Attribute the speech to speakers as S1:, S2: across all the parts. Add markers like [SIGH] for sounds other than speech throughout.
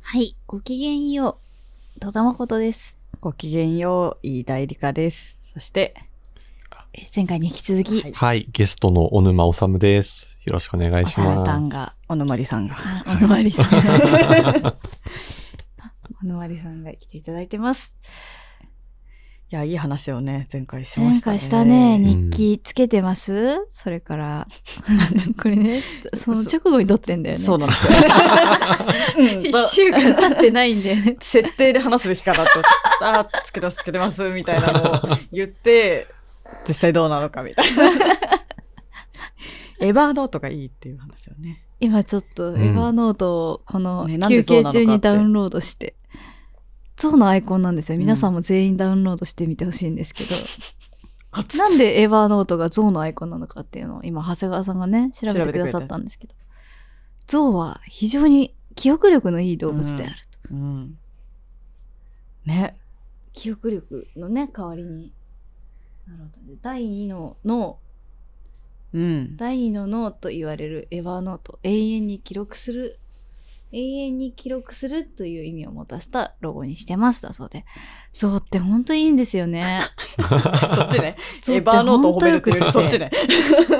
S1: はい、ごきげんよう。戸田誠です。
S2: ごきげんよう、飯田絵理香です。そして、
S1: え前回に引き続き、
S2: はい
S3: はい、ゲストの小沼治です。よろしくお願い
S1: お
S3: し
S1: さら
S3: ま
S1: た
S3: す。
S1: んが、
S2: おのまりさんが。
S1: あおのわ [LAUGHS] りさん。おのわりさんが来ていただいてます。
S2: いや、いい話をね、前回しま
S1: 前
S2: した
S1: 回
S2: ね。
S1: したね、
S3: に
S1: 日記つけてます、それから、 [LAUGHS] これね、その直後に撮ってんだよね。
S2: そうなん [LAUGHS] ですよ。
S1: 一週間経ってないんだよね。
S2: 設定で話すべきかなと。あー、つけてす、つけてます、みたいなのを言って、 [LAUGHS] 実際どうなのかみたいな。 [LAUGHS] エバーノートがいいっていう話をね。
S1: 今ちょっと、エ
S3: ん
S1: ヴァーノートをこの
S2: ねなん
S1: 休
S2: で
S1: 憩
S2: ゾウなのかって
S1: 中にダウンロードして、ゾウのアイコンなんですよ。皆さんも全員ダウンロードしてみてほしいんですけど、
S2: [LAUGHS]
S1: なんでエヴァーノートがゾウのアイコンなのかっていうのを今、長谷川さんがね、調べてくださったんですけど、ゾウは非常に記憶力のいい動物であると。
S2: うん。ね。
S1: 記憶力のね、代わりに。なるほどね。第2の脳、
S2: うん。
S1: 第二の脳と言われるエヴァーノート永遠に記録する永遠に記録するという意味を持たせたロゴにしてますだそうでゾウってほんといいんですよね
S2: そっちね。
S1: ゾウ
S2: [LAUGHS] エ
S1: って
S2: バーノートを褒める
S1: よ
S2: っていうより、そっちね。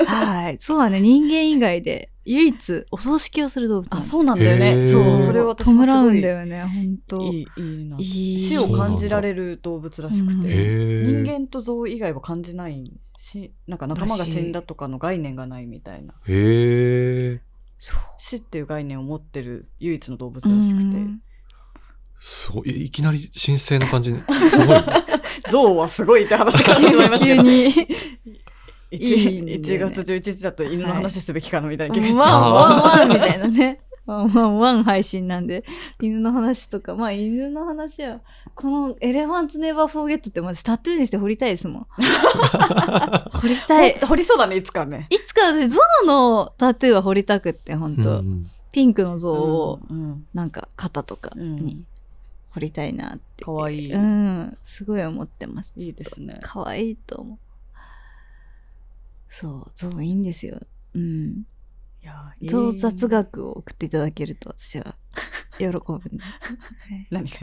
S1: はいゾウはね人間以外で唯一お葬式をする動物なん
S2: あ、
S1: です
S2: そうなんだよ
S3: へ
S2: ね。
S3: ー
S2: そう、そ
S1: そ
S2: れ
S1: れ
S2: は
S1: は
S2: 私も
S1: 弔
S2: すご
S1: うん
S2: い
S1: だよねほんと
S2: いい、いいな。
S1: いい
S2: 死を感じられる動物らしく
S1: うん
S2: て。
S3: へ
S2: 人
S3: ー
S2: 間と象以外は感じないしなんか仲間が死んだとかの概念がないみたいな
S3: へー
S1: そう
S2: 死っていう概念を持ってる唯一の動物らしく
S1: うん
S2: て
S3: すごい、いいきなり神聖な感じね。すごい。
S2: [LAUGHS] 象はすごいって話が始まりますけ
S1: [LAUGHS] 急
S2: ど
S1: にいいんだよ
S2: [LAUGHS]
S1: ね
S2: 1, 月11日だと犬の話すべきかなみたいな
S1: ワ
S2: 気がして、
S1: ン
S2: [LAUGHS]
S1: ワンワンみたいなね。ワンワンワン配信なんで、犬の話とか、まあ犬の話は、このエレファンツネバーフォーゲットって私タトゥーにして掘りたいです
S2: [LAUGHS]
S1: もん。掘りたい
S2: 掘。掘りそうだねいつかね
S1: いつか私ゾウのタトゥーは掘りたくって、ほん
S3: うんう
S1: と。
S3: ん
S1: ピンクのゾウを、
S2: うん
S1: なんか肩とかに掘りたいなって。
S2: かわいい、
S1: うん、すごい思ってます。
S2: いいですね
S1: 可愛いと思う。そう、ゾウいいんですよ。うん。
S2: いやいい
S1: 増雑学を送っていただけると私 [LAUGHS] は喜ぶんで
S2: 何か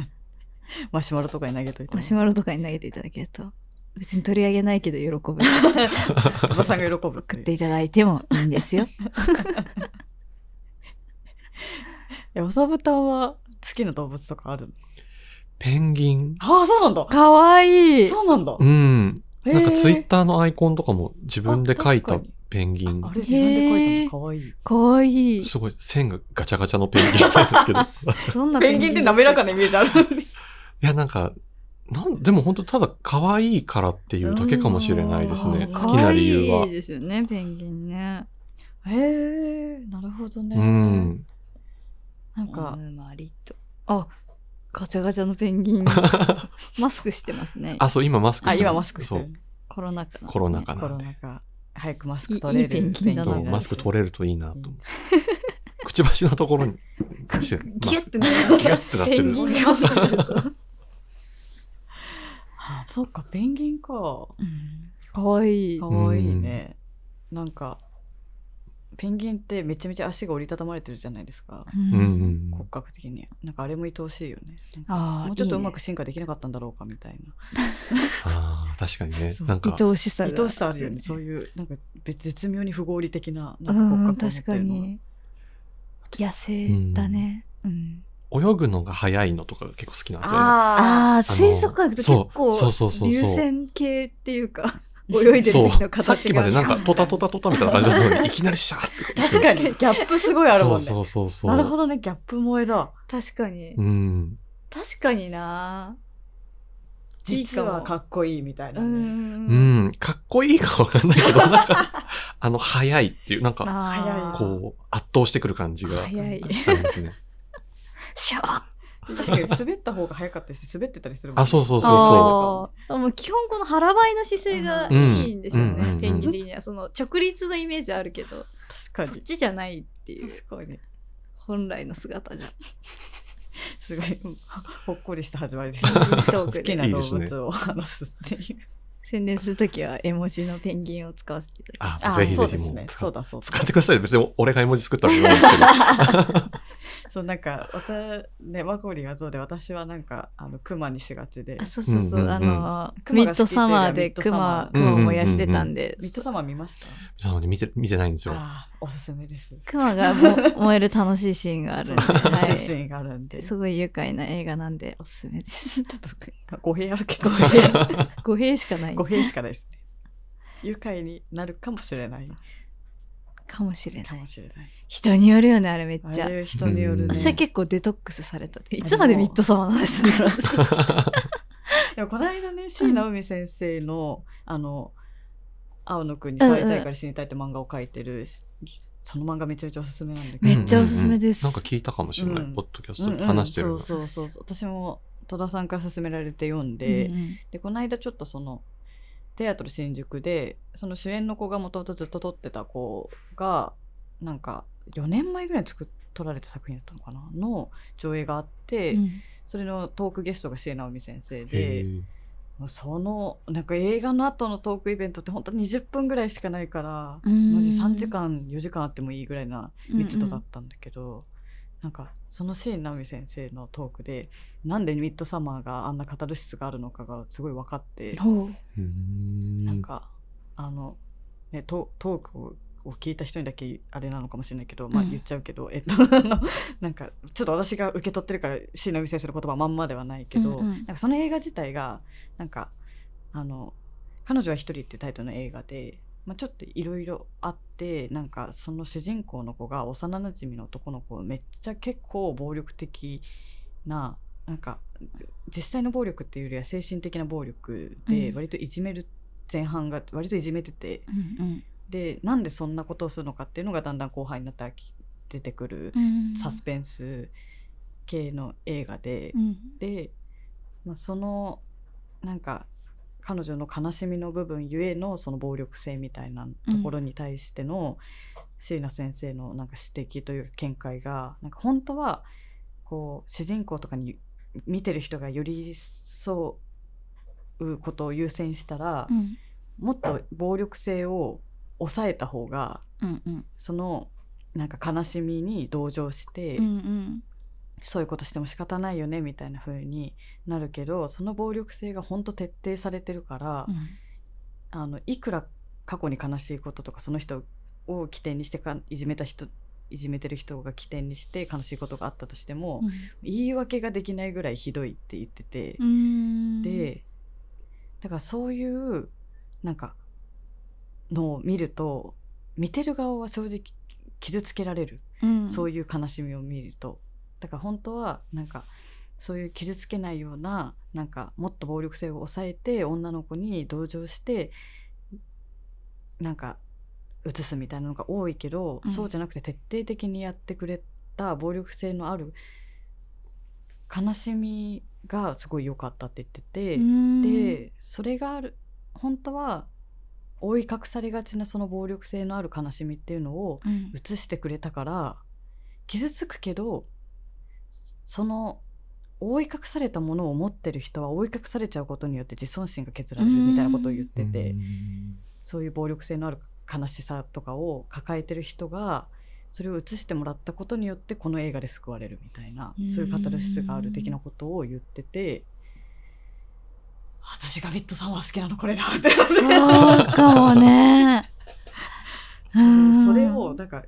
S2: マシュマロとかに投げといて
S1: マ
S2: も
S1: シュマロとかに投げていただけると別に取り上げないけど喜 [LAUGHS] ぶんで
S2: [LAUGHS] 戸田さんが喜ぶっ
S1: 送
S2: てい
S1: っ
S2: う
S1: ていただいてもいいんですよ
S2: えおさぶたは好きな動物とかあるの
S3: ペンギン。
S2: ああそうなん
S1: [LAUGHS]
S2: だ
S1: かわいい
S2: そうなんだ
S3: うん。なんかツイッ
S2: タ
S3: ターのアイコンとかも自分で描い
S2: あ
S3: た
S2: 確かに
S3: ペンギン。
S2: あれ自分で描いたの可愛い。
S1: かわいい
S3: すごい、線がガチャガチャのペンギンなんですけ
S2: [LAUGHS]
S3: ど。い
S1: どんな
S2: ペンギンって滑らかなイメージあ
S3: [LAUGHS]
S2: るのに。
S3: や、なんか、なんでも本当ただ可愛いからっていうだけかもしれないですね。
S2: うん
S3: 好きな理由
S1: かわ
S3: は。
S1: いいですよねペンギンね
S2: へえ、なるほどね。
S3: うん。
S2: なん
S1: か
S2: か、
S1: まりとあガチャガチャのペン
S3: [LAUGHS]
S1: ギンマスクしてますね
S3: あ、そう、今マスク
S2: あ、
S3: してます
S2: 今マスクして
S3: そ
S2: る
S3: う。
S1: コロナ禍の
S3: コロナ禍
S2: コ
S3: な
S2: ロ
S3: んで。
S2: ナ禍。早くマスク取れる。
S1: いいいいペンギンだな
S3: そうマスク取
S2: る。
S3: れるといいなと思う。 [LAUGHS] くちばしのとこ
S2: [LAUGHS]
S3: ろに、くしゅ
S1: ギュッてね
S3: マスクギュッてなって
S1: ペン
S3: る
S1: ギ。ンがマスクすると、
S2: あ、そっか、ペンギンか。
S1: かわいい
S2: 可愛いね。なんか、ペンギンってめちゃめちゃ足が折りたたまれてるじゃないですか。
S3: うんうんう
S2: 骨
S3: ん。
S2: 格的に。なんかあれも愛おしいよね。なんか
S1: ああ
S2: もうちょっとうま
S1: く
S2: く進化できなかったんだろうかみたいな。
S3: ああ、確かにね
S2: そ。う
S3: なんか、
S1: 愛おしさが
S2: 愛おしさあるよね。そういう、なんか別絶妙に不合理的な
S1: う
S2: なんか
S1: ん
S2: 骨格を持っ
S1: 確
S2: て
S1: か
S2: るのが
S1: に野生だね、うん
S3: 泳ぐのが早いのとかが結構好きなんですよ
S2: あ
S3: ね。
S1: ああ
S2: あ。
S1: ー
S3: あの
S1: 水族館行くと結構
S3: そうそうそうそう
S1: 流
S3: そう
S1: 線形っていうか [LAUGHS] 泳いでる時の形が
S3: さっきまでなんか
S1: シャン
S3: トタトタトタみたいな感じだった
S2: [LAUGHS]
S3: のに、いきなりシャーって。
S2: 確かに、ギャップすごいあるもんね。
S3: そうそうそうそう。
S2: なるほどね、ギャップ萌えだ。
S1: 確かに、
S3: うん。
S1: 確かにな実
S2: 実はかっこいいみたいうな、ね。
S1: ん
S3: うん。かっこいいかわかんない
S2: [LAUGHS]
S3: けど、なんか、あの、早いっていう、なんか、
S1: あー
S3: こう、圧倒してくる感じが。
S1: 早 [LAUGHS] い
S3: ありますね。
S1: シャー
S2: 確かに滑った方が早かったりして、滑ってたりするもん、ね。
S3: あ、そうそうそうそ
S1: あーもう基本この腹ばいの姿勢がいいんですよね、
S3: うんうん
S1: ペンギン的にはその直立のイメージあるけど
S2: 確か
S1: そっ
S2: に。
S1: ちじゃないっていう
S2: 確かに。
S1: 本来の姿がいい
S2: すごい、ほっこりした始まり [LAUGHS]
S3: [LAUGHS]
S2: です。
S1: トー
S2: 好
S1: ク
S2: き
S1: で
S2: な動
S3: いいです
S2: 物を話すっていう。
S1: 宣伝するときは絵文字のペンギンを使わせていただきます。
S3: あぜひぜひ
S2: そうですね。
S3: もう
S2: そうだそう
S3: う。
S2: だ。
S3: 使ってください。別に俺が絵文字作ったわけじゃないですけど。
S2: そうなんかわたねワコリがそうで私はなんかあのクマにしがちで
S1: あそうそうそう、
S3: うんうんうん
S1: あの
S2: 熊
S1: ミ
S2: が
S1: ッ
S2: 好
S1: ド
S2: きっていう
S1: サ
S2: より
S1: マー
S2: は
S1: で
S2: ミッド
S1: ク
S2: サマ
S1: マ
S2: ー
S1: を燃やしてたんで、
S2: ミッドサマー見ました
S3: なので見て、見てないんですよ。
S2: ああおすすめです
S1: クマがも
S2: [LAUGHS]
S1: 燃える楽しいシーンがあるんで、は
S2: シーンがあるんで
S1: い、
S2: ち
S1: す
S2: ょ
S1: ごい愉快な映画なんでおすすめです。
S2: っと語弊あるけど
S1: 語弊しかない
S2: 語弊しかないですね愉快になるかもしれない
S1: かもしれない。
S2: かもしれない
S1: 人によるよね、あれめっちゃ
S2: あ。れ人によるね
S1: 私は結構デトックスされたって。いつまでミッド様の話するんだ [LAUGHS] ろう私
S2: でもこの間ね椎名海先生の、あの青野くんに触りたいから死にたいって漫画を書いてる、その漫画めちゃめちゃおすすめなんだけ
S1: め
S2: ど
S1: っちゃおすすめです
S3: うんうんうんなんか聞いたかもしれない。
S2: うん
S3: ポッドキャス
S2: うん
S3: ト
S2: うん
S3: で話してる。
S2: そうそうそうそう私も戸田さんから勧められて読
S1: う
S2: ん
S1: んう
S2: で、
S1: ん
S2: でこの間ちょっとそのテアトル新宿でその主演の子がもともとずっと撮ってた子がなんか4年前ぐらいに作っ撮られた作品だったのかなの上映があって、
S1: うん
S2: それのトークゲストが椎名海先生
S3: へ
S2: で。
S3: ー
S2: もうそのなんか映画の後のトークイベントって本当に20分ぐらいしかないから
S1: うん
S2: マジ3時間4時間あってもいいぐらいな密度だ
S1: う
S2: っ
S1: ん
S2: たんだけど、なんかその椎名海先生のトークでなんでミッドサマーがあんなカタルシスがあるのかがすごい分かって、
S1: ほう
S3: うーん
S2: なんかあの、ね、トトークをを聞いた人にだけあれなのかもしれないけど、まあ、
S1: うん
S2: 言っちゃうけど、えっと、 [LAUGHS] あのなんかちょっと私が受け取ってるから椎名海先生の言葉まんまではないけど、
S1: うんうん
S2: なんかその映画自体がなんかあの「彼女は一人」っていうタイトルの映画で、まあ、ちょっといろいろあってなんかその主人公の子が幼なじみの男の子をめっちゃ結構暴力的ななんか実際の暴力っていうよりは精神的な暴力で
S1: うん
S2: 割といじめる前半が割といじめてて、
S1: うん
S2: でなんでそんなことをするのかっていうのがだんだん後半になって出てくる
S1: うん
S2: サスペンス系の映画で、
S1: うん
S2: で、まあ、そのなんか彼女の悲しみの部分ゆえのその暴力性みたいなところに対しての椎名先生のなんか指摘というか見解がなんか本当はこう主人公とかに見てる人が寄り添うことを優先したら、
S1: うん
S2: もっと暴力性を抑えた方が
S1: うんうん
S2: そのなんか悲しみに同情して、
S1: うんうん
S2: そういうことしても仕方ないよねみたいな風になるけどその暴力性がほんと徹底されてるから、
S1: うん
S2: あのいくら過去に悲しいこととかその人を起点にしてかいじめた人いじめてる人が起点にして悲しいことがあったとしても、言い訳ができないぐらいひどいって言ってて、
S1: うん
S2: でだからそういうなんかのを見ると見てる側は正直傷つけられる、
S1: うん
S2: そういう悲しみを見るとだから本当はなんかそういう傷つけないようななんかもっと暴力性を抑えて女の子に同情してなんか移すみたいなのが多いけど、
S1: うん
S2: そうじゃなくて徹底的にやってくれた暴力性のある悲しみがすごい良かったって言ってて。
S1: うん
S2: でそれがある本当は覆い隠されがちなその暴力性のある悲しみっていうのを
S1: うん
S2: 映してくれたから傷つくけどその覆い隠されたものを持ってる人は覆い隠されちゃうことによって自尊心が削られるみたいなことを言っててそういう暴力性のある悲しさとかを抱えてる人がそれを映してもらったことによってこの映画で救われるみたいな
S1: うん
S2: そういうカタルシスがある的なことを言ってて私がミッドサマー好きなのこれだって
S1: そうかもね。
S2: そう
S1: うん
S2: それをなんか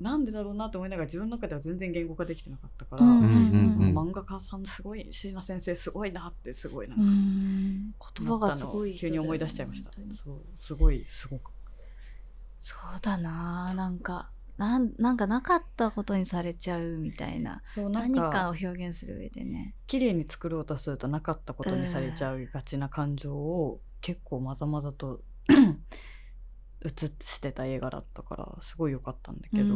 S2: なんでだろうなと思いながら自分の中では全然言語化できてなかったから、
S1: うん
S3: うんうん
S2: 漫画家さんすごい椎名先生すごいなってすごいな、
S1: うん言葉がすごい人
S2: 急
S1: だよね、
S2: に思い出しちゃいました
S1: 本当に
S2: そうすごいすごく
S1: そうだななんかなんなんかなかったことにされちゃうみたいな
S2: そう
S1: 何かを表現する上でね
S2: 綺麗に作ろうとするとなかったことにされちゃうがちな感情を結構まざまざと [CLEARS THROAT] 映してた映画だったからすごい良かったんだけど、
S1: うん
S2: う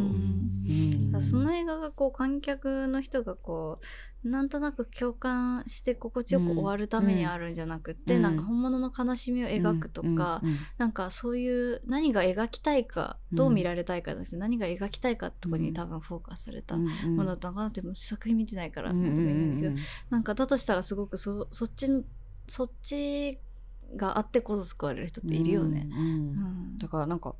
S2: ん
S1: その映画がこう観客の人がこうなんとなく共感して心地よく終わるためにあるんじゃなくって、
S2: うん
S1: なんか本物の悲しみを描くとか、
S2: うんうん
S1: なんかそういう何が描きたいかどう見られたいかじゃなくて何が描きたいかってとこに多分フォーカスされた
S2: う
S1: も
S2: んうん
S1: のだったのかなってもう作品見てないから
S2: うんうん
S1: なんとも言えないんだけど
S2: うん
S1: なんかだとしたらすごくそそっちのそっちがあってこそ救われる人っているよね。
S2: うんうん
S1: うん
S2: だからなんか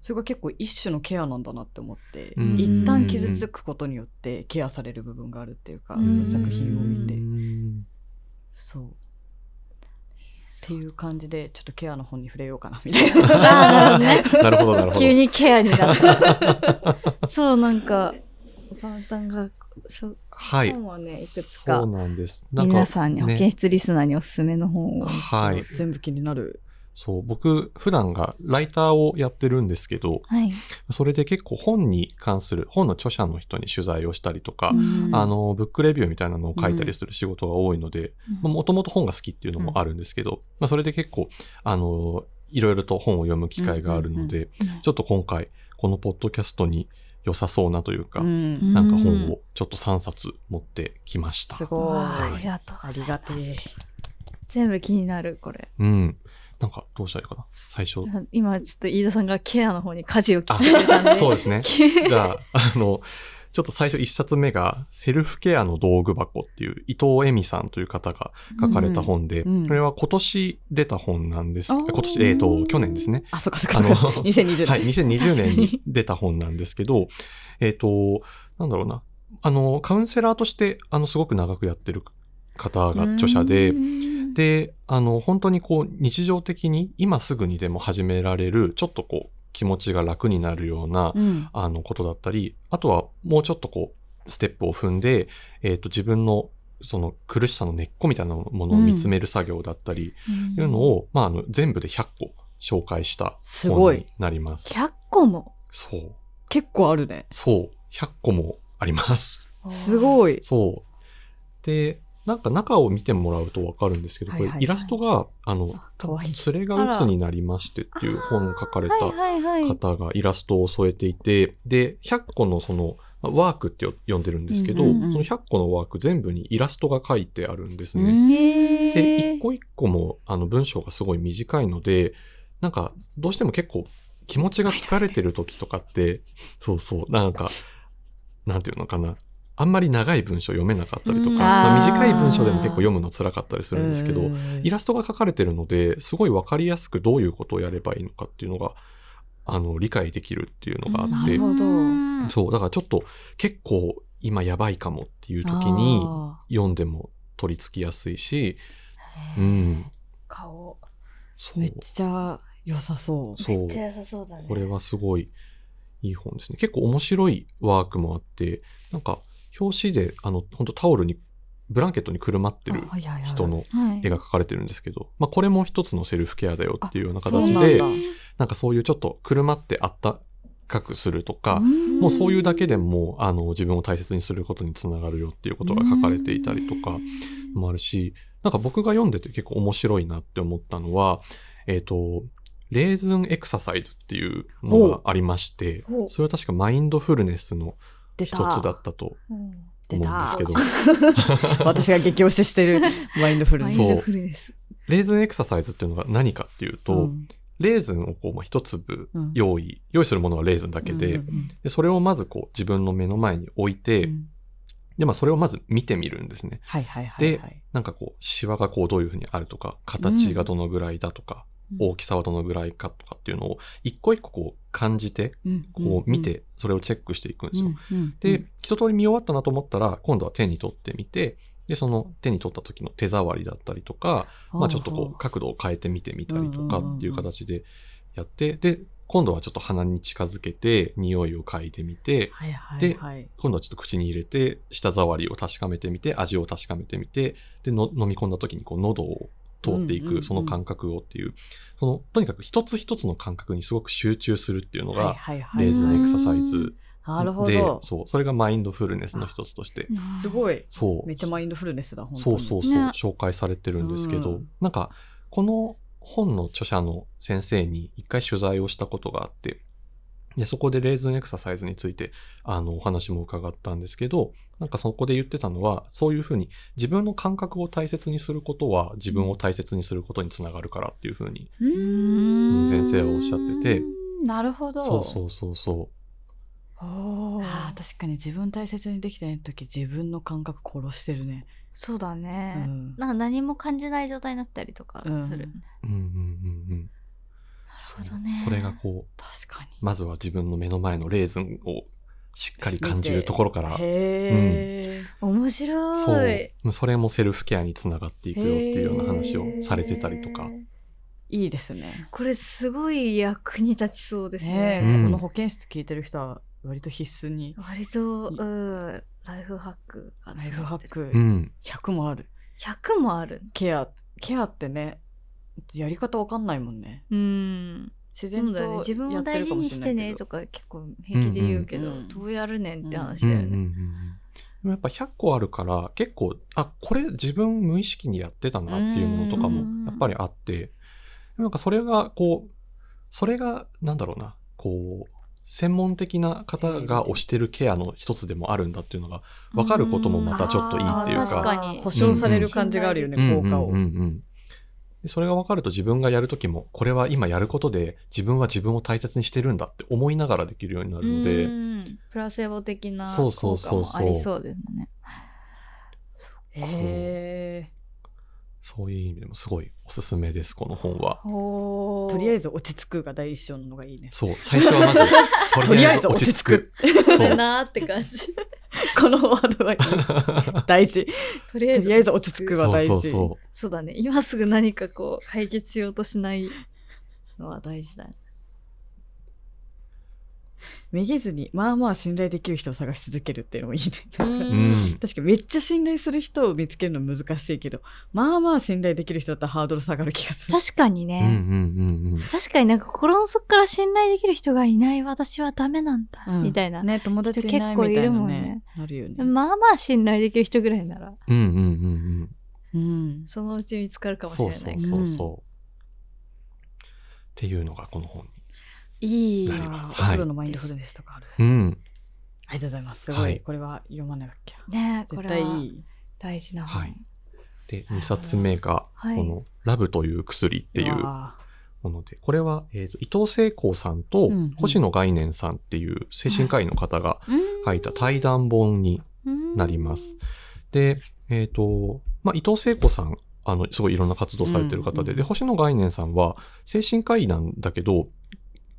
S2: それが結構一種のケアなんだなって思って、
S3: うん
S2: 一旦傷つくことによってケアされる部分があるっていうか、
S1: うん
S2: その作品を見て、
S3: うん
S2: そうっていう感じでちょっとケアの本に触れようかなみたい
S1: あーなるほど
S2: な [LAUGHS]
S1: ね。
S3: [LAUGHS] なるほど、なるほど。
S1: 急にケアにな
S3: [LAUGHS]
S1: った。そう、なんか、おさまたんが、しょ
S3: はい。
S1: 本をね、いくつ
S3: そ
S1: か、
S3: うなんです。なか
S1: 皆さんに、保
S3: ね
S1: 健室リスナーにおすすめの本を。
S3: はい。
S2: 全部気になる
S3: そう、僕、普段がライターをやってるんですけど、
S1: はい。
S3: それで結構本に関する、本の著者の人に取材をしたりとか、
S1: うん
S3: あの、ブックレビューみたいなのを書いたりする仕事が多いので、
S1: うん
S3: もともと本が好きっていうのもあるんですけど、まあ、それで結構、あの、いろいろと本を読む機会があるので、
S1: うん
S3: ちょっと今回、このポッドキャストに良さそうなというか、
S2: うん
S3: なんか本をちょっと3冊持ってきました
S2: す。ごい
S1: わああ
S2: あ
S1: りがとうござ
S2: り
S1: いま
S2: が
S1: す
S2: てえ
S1: 全部気になるこれ
S3: うん。なんか、どうしたらいいかな最初。
S1: 今ちょっと飯田さんがケアの方に舵を切ってくれたんで
S3: そうで
S1: [LAUGHS]
S3: すね。
S1: ケ
S3: じゃあ、あの、ちょっと最初1冊目が、セルフケアの道具箱っていう伊藤恵美さんという方が書かれた本で、
S2: うんうん
S3: これは今年出た本なんです。
S2: あー
S3: 今年、えっ、と、去年ですね。
S2: あそっかそっ
S3: あ
S2: か [LAUGHS]
S3: の
S2: 2020年
S3: はい、2020
S1: 確
S3: 年
S1: かに
S3: に出た本なんですけど、えっ、と、なんだろうな。あの、カウンセラーとして、あの、すごく長くやってる方が著者で、
S1: うん
S3: で、あの、本当にこう、日常的に今すぐにでも始められる、ちょっとこう、気持ちが楽になるような、
S2: うん
S3: あの、ことだったり、あとはもうちょっとこう、ステップを踏んで、えっ、と、自分の、その苦しさの根っこみたいなものを見つめる作業だったり、いうのを、まあ、あの、全部で100個紹介した
S2: すご
S3: 本
S2: い
S3: になります。
S1: 100個も
S3: そう。
S2: 結構あるね
S3: そう。100個もあります。 [LAUGHS]
S2: すごい
S3: そう。で、なんか中を見てもらうとわかるんですけど、
S2: はい
S3: これ
S2: はいはい
S3: イラストが、あの、
S2: かわいい
S3: 連れが鬱になりましてっていう本を書かれ
S1: は
S3: た
S1: いはいはい
S3: 方がイラストを添えていて、で、100個のその、まあワークってよ呼んでるんですけど、
S1: うんうんうん
S3: その100個のワーク全部にイラストが書いてあるんですね。
S1: へー
S3: で、一個一個もあの文章がすごい短いので、なんかどうしても結構気持ちが疲れてる時とかって、そうそう、なんか、なんていうのかな。あんまり長い文章読めなかったりとか、
S1: うん
S3: ま
S1: あ
S3: あ
S1: ー
S3: 短い文章でも結構読むの辛かったりするんですけど、
S2: うん
S3: イラストが書かれてるので、すごいわかりやすくどういうことをやればいいのかっていうのが、あの、理解できるっていうのがあっ
S2: な
S3: て
S2: る、ほど
S1: うん
S3: そう、だからちょっと結構今やばいかもっていう時に
S2: あ
S3: 読んでも取り付きやすいし、うん、
S1: 顔
S3: そ
S2: ー
S3: う
S2: めっちゃ良さそう
S3: そう
S1: 良さそうだね
S3: これはすごいいい本ですね。結構面白いワークもあって、なんか表紙で、あの、本当タオルに、ブランケットにくるまってる
S2: あはいはいはい
S3: 人の
S1: はい
S3: 絵が描かれてるんですけど、まあこれも一つのセルフケアだよっていうような
S2: あ
S3: 形
S2: そうなん
S3: で、
S2: だ
S3: ななんかそういうちょっとくるまってあったかくするとか、
S1: ん
S3: もうそういうだけでも、あの、自分を大切にすることにつながるよっていうことが書かれていたりとかもあるし、なんか僕が読んでて結構面白いなって思ったのは、えっ、と、レーズンエクササイズっていうのがありまして
S1: ほう、
S3: それは確かマインドフルネスの
S2: 出
S3: 一
S2: た
S3: つだったと
S1: うん
S3: 思うんですけど、
S2: 私が激推ししてる [LAUGHS] マインドフルネス
S3: そう
S1: マインドフルネス
S3: レーズンエクササイズっていうのが何かっていうと、
S2: うん
S3: レーズンをこう、まあ、一粒
S2: うん
S3: 用意、用意するものはレーズンだけで、
S2: うんうん
S3: でそれをまずこう自分の目の前に置い
S2: うん
S3: て、
S2: うん
S3: で、まあそれをまず見てみるんですね。
S2: はいはいはい
S3: で
S2: はい
S3: なんかこう、シワがこうどういうふうにあるとか、形がどのぐらいだとか、
S2: うん
S3: 大きさはどのぐらいかとかっていうのを、一個一個こう感じて、
S2: うん
S3: こう見て、それをチェックしていくんですよ。
S2: うんうん
S3: で、一通り見終わったなと思ったら、今度は手に取ってみて、で、その手に取った時の手触りだったりとか、まあちょっとこう角度を変えてみてみたりとかっていう形でやって、で、今度はちょっと鼻に近づけて、匂いを嗅いでみて、
S2: はいはい
S3: で
S2: はい
S3: 今度はちょっと口に入れて、舌触りを確かめてみて、味を確かめてみて、で、の飲み込んだ時にこう喉を通ってい
S2: うんうんうん
S3: く、その感覚をっていう、その、とにかく一つ一つの感覚にすごく集中するっていうの
S2: はい
S3: が、
S2: はいはい
S3: レーズンエクササイ
S1: う
S3: ズ
S1: ん
S2: なるほ
S3: で
S2: ど、
S3: そう、それがマインドフルネスの一つとして、
S2: すごい
S3: そう
S2: めっ、ちゃマインドフルネスだ本当
S3: そ
S2: に
S3: うそうそう、
S1: ね
S3: 紹介されてるんですけ
S2: う
S3: ど、
S2: ん
S3: なんか、この本の著者の先生に一回取材をしたことがあって、で、そこでレーズンエクササイズについて、あの、お話も伺ったんですけど、なんかそこで言ってたのは、そういうふうに自分の感覚を大切にすることは自分を大切にすることにつながるからっていうふうに、
S1: うん
S3: 先生はおっしゃってて
S1: なるほど
S3: そうそうそうそう。
S1: おー
S2: あー確かに自分大切にできてない時自分の感覚殺してるね、
S1: そうだ
S2: う
S1: ね、
S2: ん、
S1: なんか何も感じない状態になったりとかする、
S2: うん
S3: うんうんうんうん。
S1: なるほどね。
S3: それがこう
S2: 確かに
S3: まずは自分の目の前のレーズンをしっかり感じるところから
S2: へえ、
S1: 面白い。
S3: そうそれもセルフケアにつながっていくよっていうような話をされてたりと
S1: へ
S3: か
S1: ー
S2: いいですね
S1: これすごい役に立ちそうです
S2: ねえ、
S1: ね。
S3: うん
S2: この保健室聞いてる人は割と必須に
S1: 割と、うん、ライフハックが
S2: ライ
S1: 詰
S2: フ
S1: ま
S2: ハ
S1: って
S2: ッ
S1: る
S2: ク
S3: うん
S2: 100もある
S1: 100もある。
S2: ケアケアってねやり方わかんないもんね
S1: うん。
S2: 自
S1: で
S2: 然
S1: も
S2: と
S1: だよね、
S2: やって
S1: 自分を
S2: る
S1: 大
S2: か
S1: 事
S2: も
S1: に
S2: し
S1: し
S2: れ
S1: て
S2: ない
S1: ね
S2: け
S1: と
S2: ど
S1: か結構平気で言うけど、
S2: うんうん
S1: どうやるねんって話
S3: うん
S1: だ
S3: う
S1: よ
S3: ん
S1: ね。
S3: うんうんでもやっぱ100個あるから結構あこれ自分無意識にやってたなっていうものとか
S1: うん
S3: もやっぱりあってでもなんかそれがこうそれがなんだろうなこう専門的な方が推してるケアの一つでもあるんだっていうのが分かることもまたちょっといいっていう
S1: あー
S3: か
S1: 確かに
S2: 保証される感じがあるよね、
S3: うん
S2: 効果を、
S3: うんうんうんでそれが分かると自分がやるときもこれは今やることで自分は自分を大切にしてるんだって思いながらできるようになるので、
S1: うんプラセボ的な
S3: そう
S1: 効
S3: そう
S1: 果
S3: そう
S1: も
S3: そう
S1: ありそうですね。
S2: へえ
S3: そういう意味でもすごいおすすめですこの本は。
S1: と
S2: とりあえず落ち着くが第一章なのがいいね
S3: そう最初はまず [LAUGHS] とりあえず落ち着く。
S1: こ
S3: そ
S1: れ
S3: う
S1: なーって感じ。
S2: このワードはいい
S3: [LAUGHS]
S2: 大事
S1: とり
S2: とりあえず落ち着くは
S3: そう
S2: 大事
S3: そうそ
S1: そうだね。今すぐ何かこう解決しようとしないのは大事だね。
S2: めげずにまあまあ信頼できる人を探し続けるっていうのもいいね
S3: う。うん。
S2: 確かにめっちゃ信頼する人を見つけるの難しいけどまあまあ信頼できる人だったらハードル下がる気がする
S1: 確かに
S3: うんうん
S1: ね。
S3: うんうん。
S1: 確かになんか心の底から信頼できる人がいない私はダメなんだ、
S2: うん
S1: みたいな。
S2: ね友達いな
S1: 結
S2: いみ
S1: 構
S2: たい
S1: い
S2: な
S1: るもん
S2: ね
S1: ね
S2: なるよね、
S1: まあまあ信頼できる人ぐらいなら、
S3: うんうんうん
S2: うん、
S1: そのうち見つかる
S3: う
S1: か
S3: ん。
S1: もしれ
S3: そ
S1: な
S3: う
S1: い
S3: そう
S1: から
S3: そうそう。っていうのがこの本に。
S1: いい
S2: い
S1: よ
S2: や
S3: なり
S2: ー
S3: ます
S2: お
S3: はい
S2: 風呂のマインドフルネスとかある、
S3: うん。
S2: ありがとうございますすごい、
S3: はい
S2: これは読まなきゃ
S1: ねえこ
S2: 絶
S1: れ
S2: 対い
S1: はい大事な本、
S3: はいで2冊目が
S1: はい
S3: この「ラブという薬」っていう
S2: わ
S3: もので、これは、えーと伊藤聖光さんと
S2: うんうん
S3: 星野概念さんっていう精神科医の方が
S2: ーうん
S3: 書いた対談本になります。で、えっ、と、まあ、伊藤聖子さん、あの、すごいいろんな活動されてる方で、
S2: うんうん
S3: で、星野概念さんは精神科医なんだけど、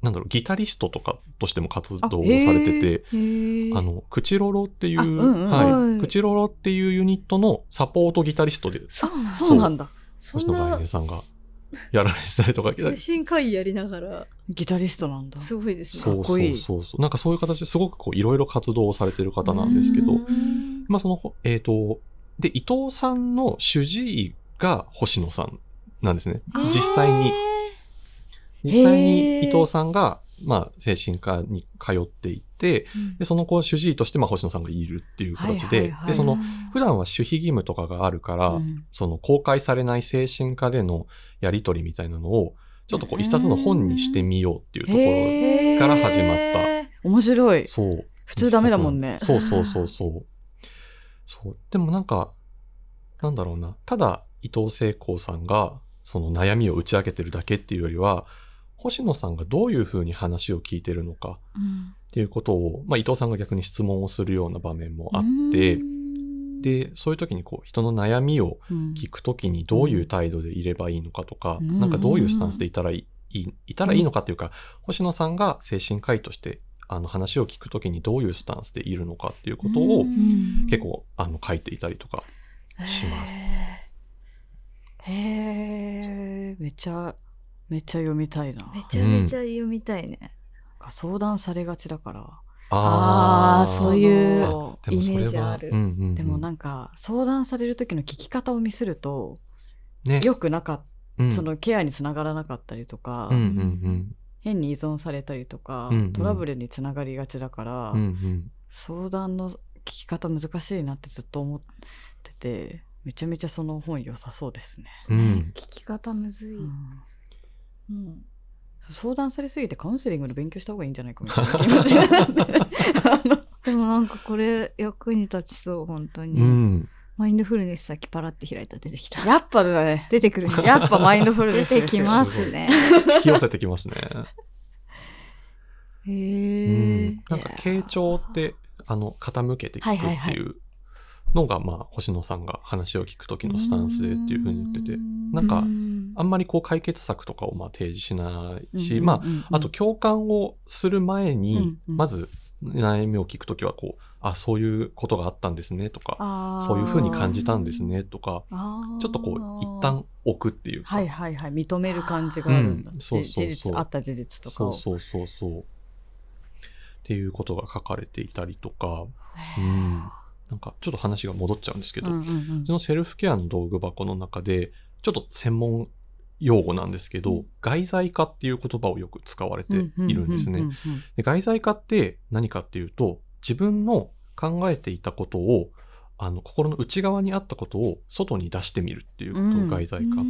S3: なんだろう、ギタリストとかとしても活動を
S2: あへー
S3: されてて、
S1: へー
S3: あの、クチロロっていう、
S2: あうんうん
S1: は
S3: はいい、クチロロっていうユニットのサポートギタリストで、
S1: そうなんだ
S2: そうなんだ
S1: そ
S3: 星
S1: ん
S3: 野概
S1: な
S3: 念さんがやられてたりとか、
S1: 精神科医やりながら
S2: ギタリストなんだ
S1: すごいですね。
S3: そ
S2: か
S3: う
S2: っこ
S3: そ
S2: いいう
S3: そうそう。なんかそういう形ですごくこういろいろ活動をされてる方なんですけど、
S1: うん
S3: まあ、その、えっ、と、で、伊藤さんの主治医が星野さんなんですね。
S1: へー
S3: 実際に、実際に伊藤さんが、まあ、精神科に通っていて、で、その子主治医として、まあ、星野さんがいるっていう形で、
S2: はいはいはい
S3: で、その、普段は守秘義務とかがあるから、
S2: うん
S3: その公開されない精神科でのやりとりみたいなのを、ちょっとこう、一冊の本にしてみようっていうところ、
S2: へ
S1: へー
S3: から始まった
S2: 面白い
S3: そう。
S2: 普通ダメだもんね
S3: そうそうそうそう。そう。でもなんか、なんだろうな。ただ、伊藤聖光さんが、その悩みを打ち明けてるだけっていうよりは、星野さんがどういうふうに話を聞いてるのか
S1: うん
S3: っていうことを、まあ、伊藤さんが逆に質問をするような場面もあって、
S2: うん
S3: で、そういう時にこう、人の悩みを
S2: うん
S3: 聞くときにどういう態度でいればいいのかとか、
S2: うん
S3: なんかどういうスタンスでいたらいい、いたらいいのかというか、星野さんが精神科医として、あの話を聞くときにどういうスタンスでいるのかっていうこと
S2: う
S3: を
S2: ん
S3: 結構あの書いていたりとか。します
S1: へ
S2: へえめちゃめちゃ読みたいな
S1: ーめちゃめちゃ読みたいね。
S2: なんか相談されがちだから
S1: あーそういう
S2: あ
S3: でもそ
S1: イメ
S3: れ
S1: ージあ
S3: は、
S1: る
S3: うんうんうん
S2: でもなんか相談される時の聞き方を見せると
S3: ね
S2: 良くなかっ
S3: うん
S2: そのケアにつながらなかったりとか、
S3: うんうん
S2: 変に依存されたりとか、
S3: うんうん
S2: トラブルにつながりがちだから、
S3: うんうんうん
S2: 相談の聞き方難しいなってずっと思っててめちゃめちゃその本良さそうですね。
S3: うん
S1: 聞き方むずい。
S2: うん
S1: うん
S2: 相談されすぎてカウンセリングの勉強した方がいいんじゃないかみたいな気持ちになってあの
S1: でもなんかこれ役に立ちそう本当に、
S3: うん
S1: マインドフルネスさっきパラって開いたら出てきた
S2: [LAUGHS] やっぱだね
S1: 出て [LAUGHS] くるね
S2: やっぱマインドフルネ
S1: 出
S2: スです
S1: て
S2: よ
S1: きますね
S3: 引き寄せてきますね。
S1: へ
S3: うん
S1: え
S3: なんか傾聴ってあの傾けて聞
S2: はいはい
S3: くっ
S2: は
S3: て
S2: い
S3: いうのが、まあ星野さんが話を聞く時のスタンスでっていうふうに言ってて、
S2: うん
S3: なんかあんまりこう解決策とかをまあ提示しないし、
S2: うん
S3: まあ
S2: うんうん
S3: あと共感をする前に、
S2: うんうん
S3: まず悩みを聞くときはこう、あ、そういうことがあったんですねとか、
S2: あー
S3: そういうふうに感じたんですねとか、
S2: あー
S3: ちょっとこう、一旦置くっていうか、
S2: はいはいはい認める感じがあるんだ、
S3: うん
S2: じ
S3: そうそうそう
S2: 事実あった事実とか
S3: そ
S2: を
S3: うそうそうそう。っていうことが書かれていたりとか、
S2: へ
S3: う
S2: ー
S3: ん、なんかちょっと話が戻っちゃうんですけど、
S2: う
S3: うん
S2: うんうん
S3: ちのセルフケアの道具箱の中で、ちょっと専門用語なんですけど、
S2: うん
S3: 外在化っていう言葉をよく使われているんです
S2: う
S3: ね
S2: う。うんうん
S3: で外在化って何かっていうと自分の考えていたことをあの心の内側にあったことを外に出してみるっていうこと
S2: うん
S3: を外在化、ま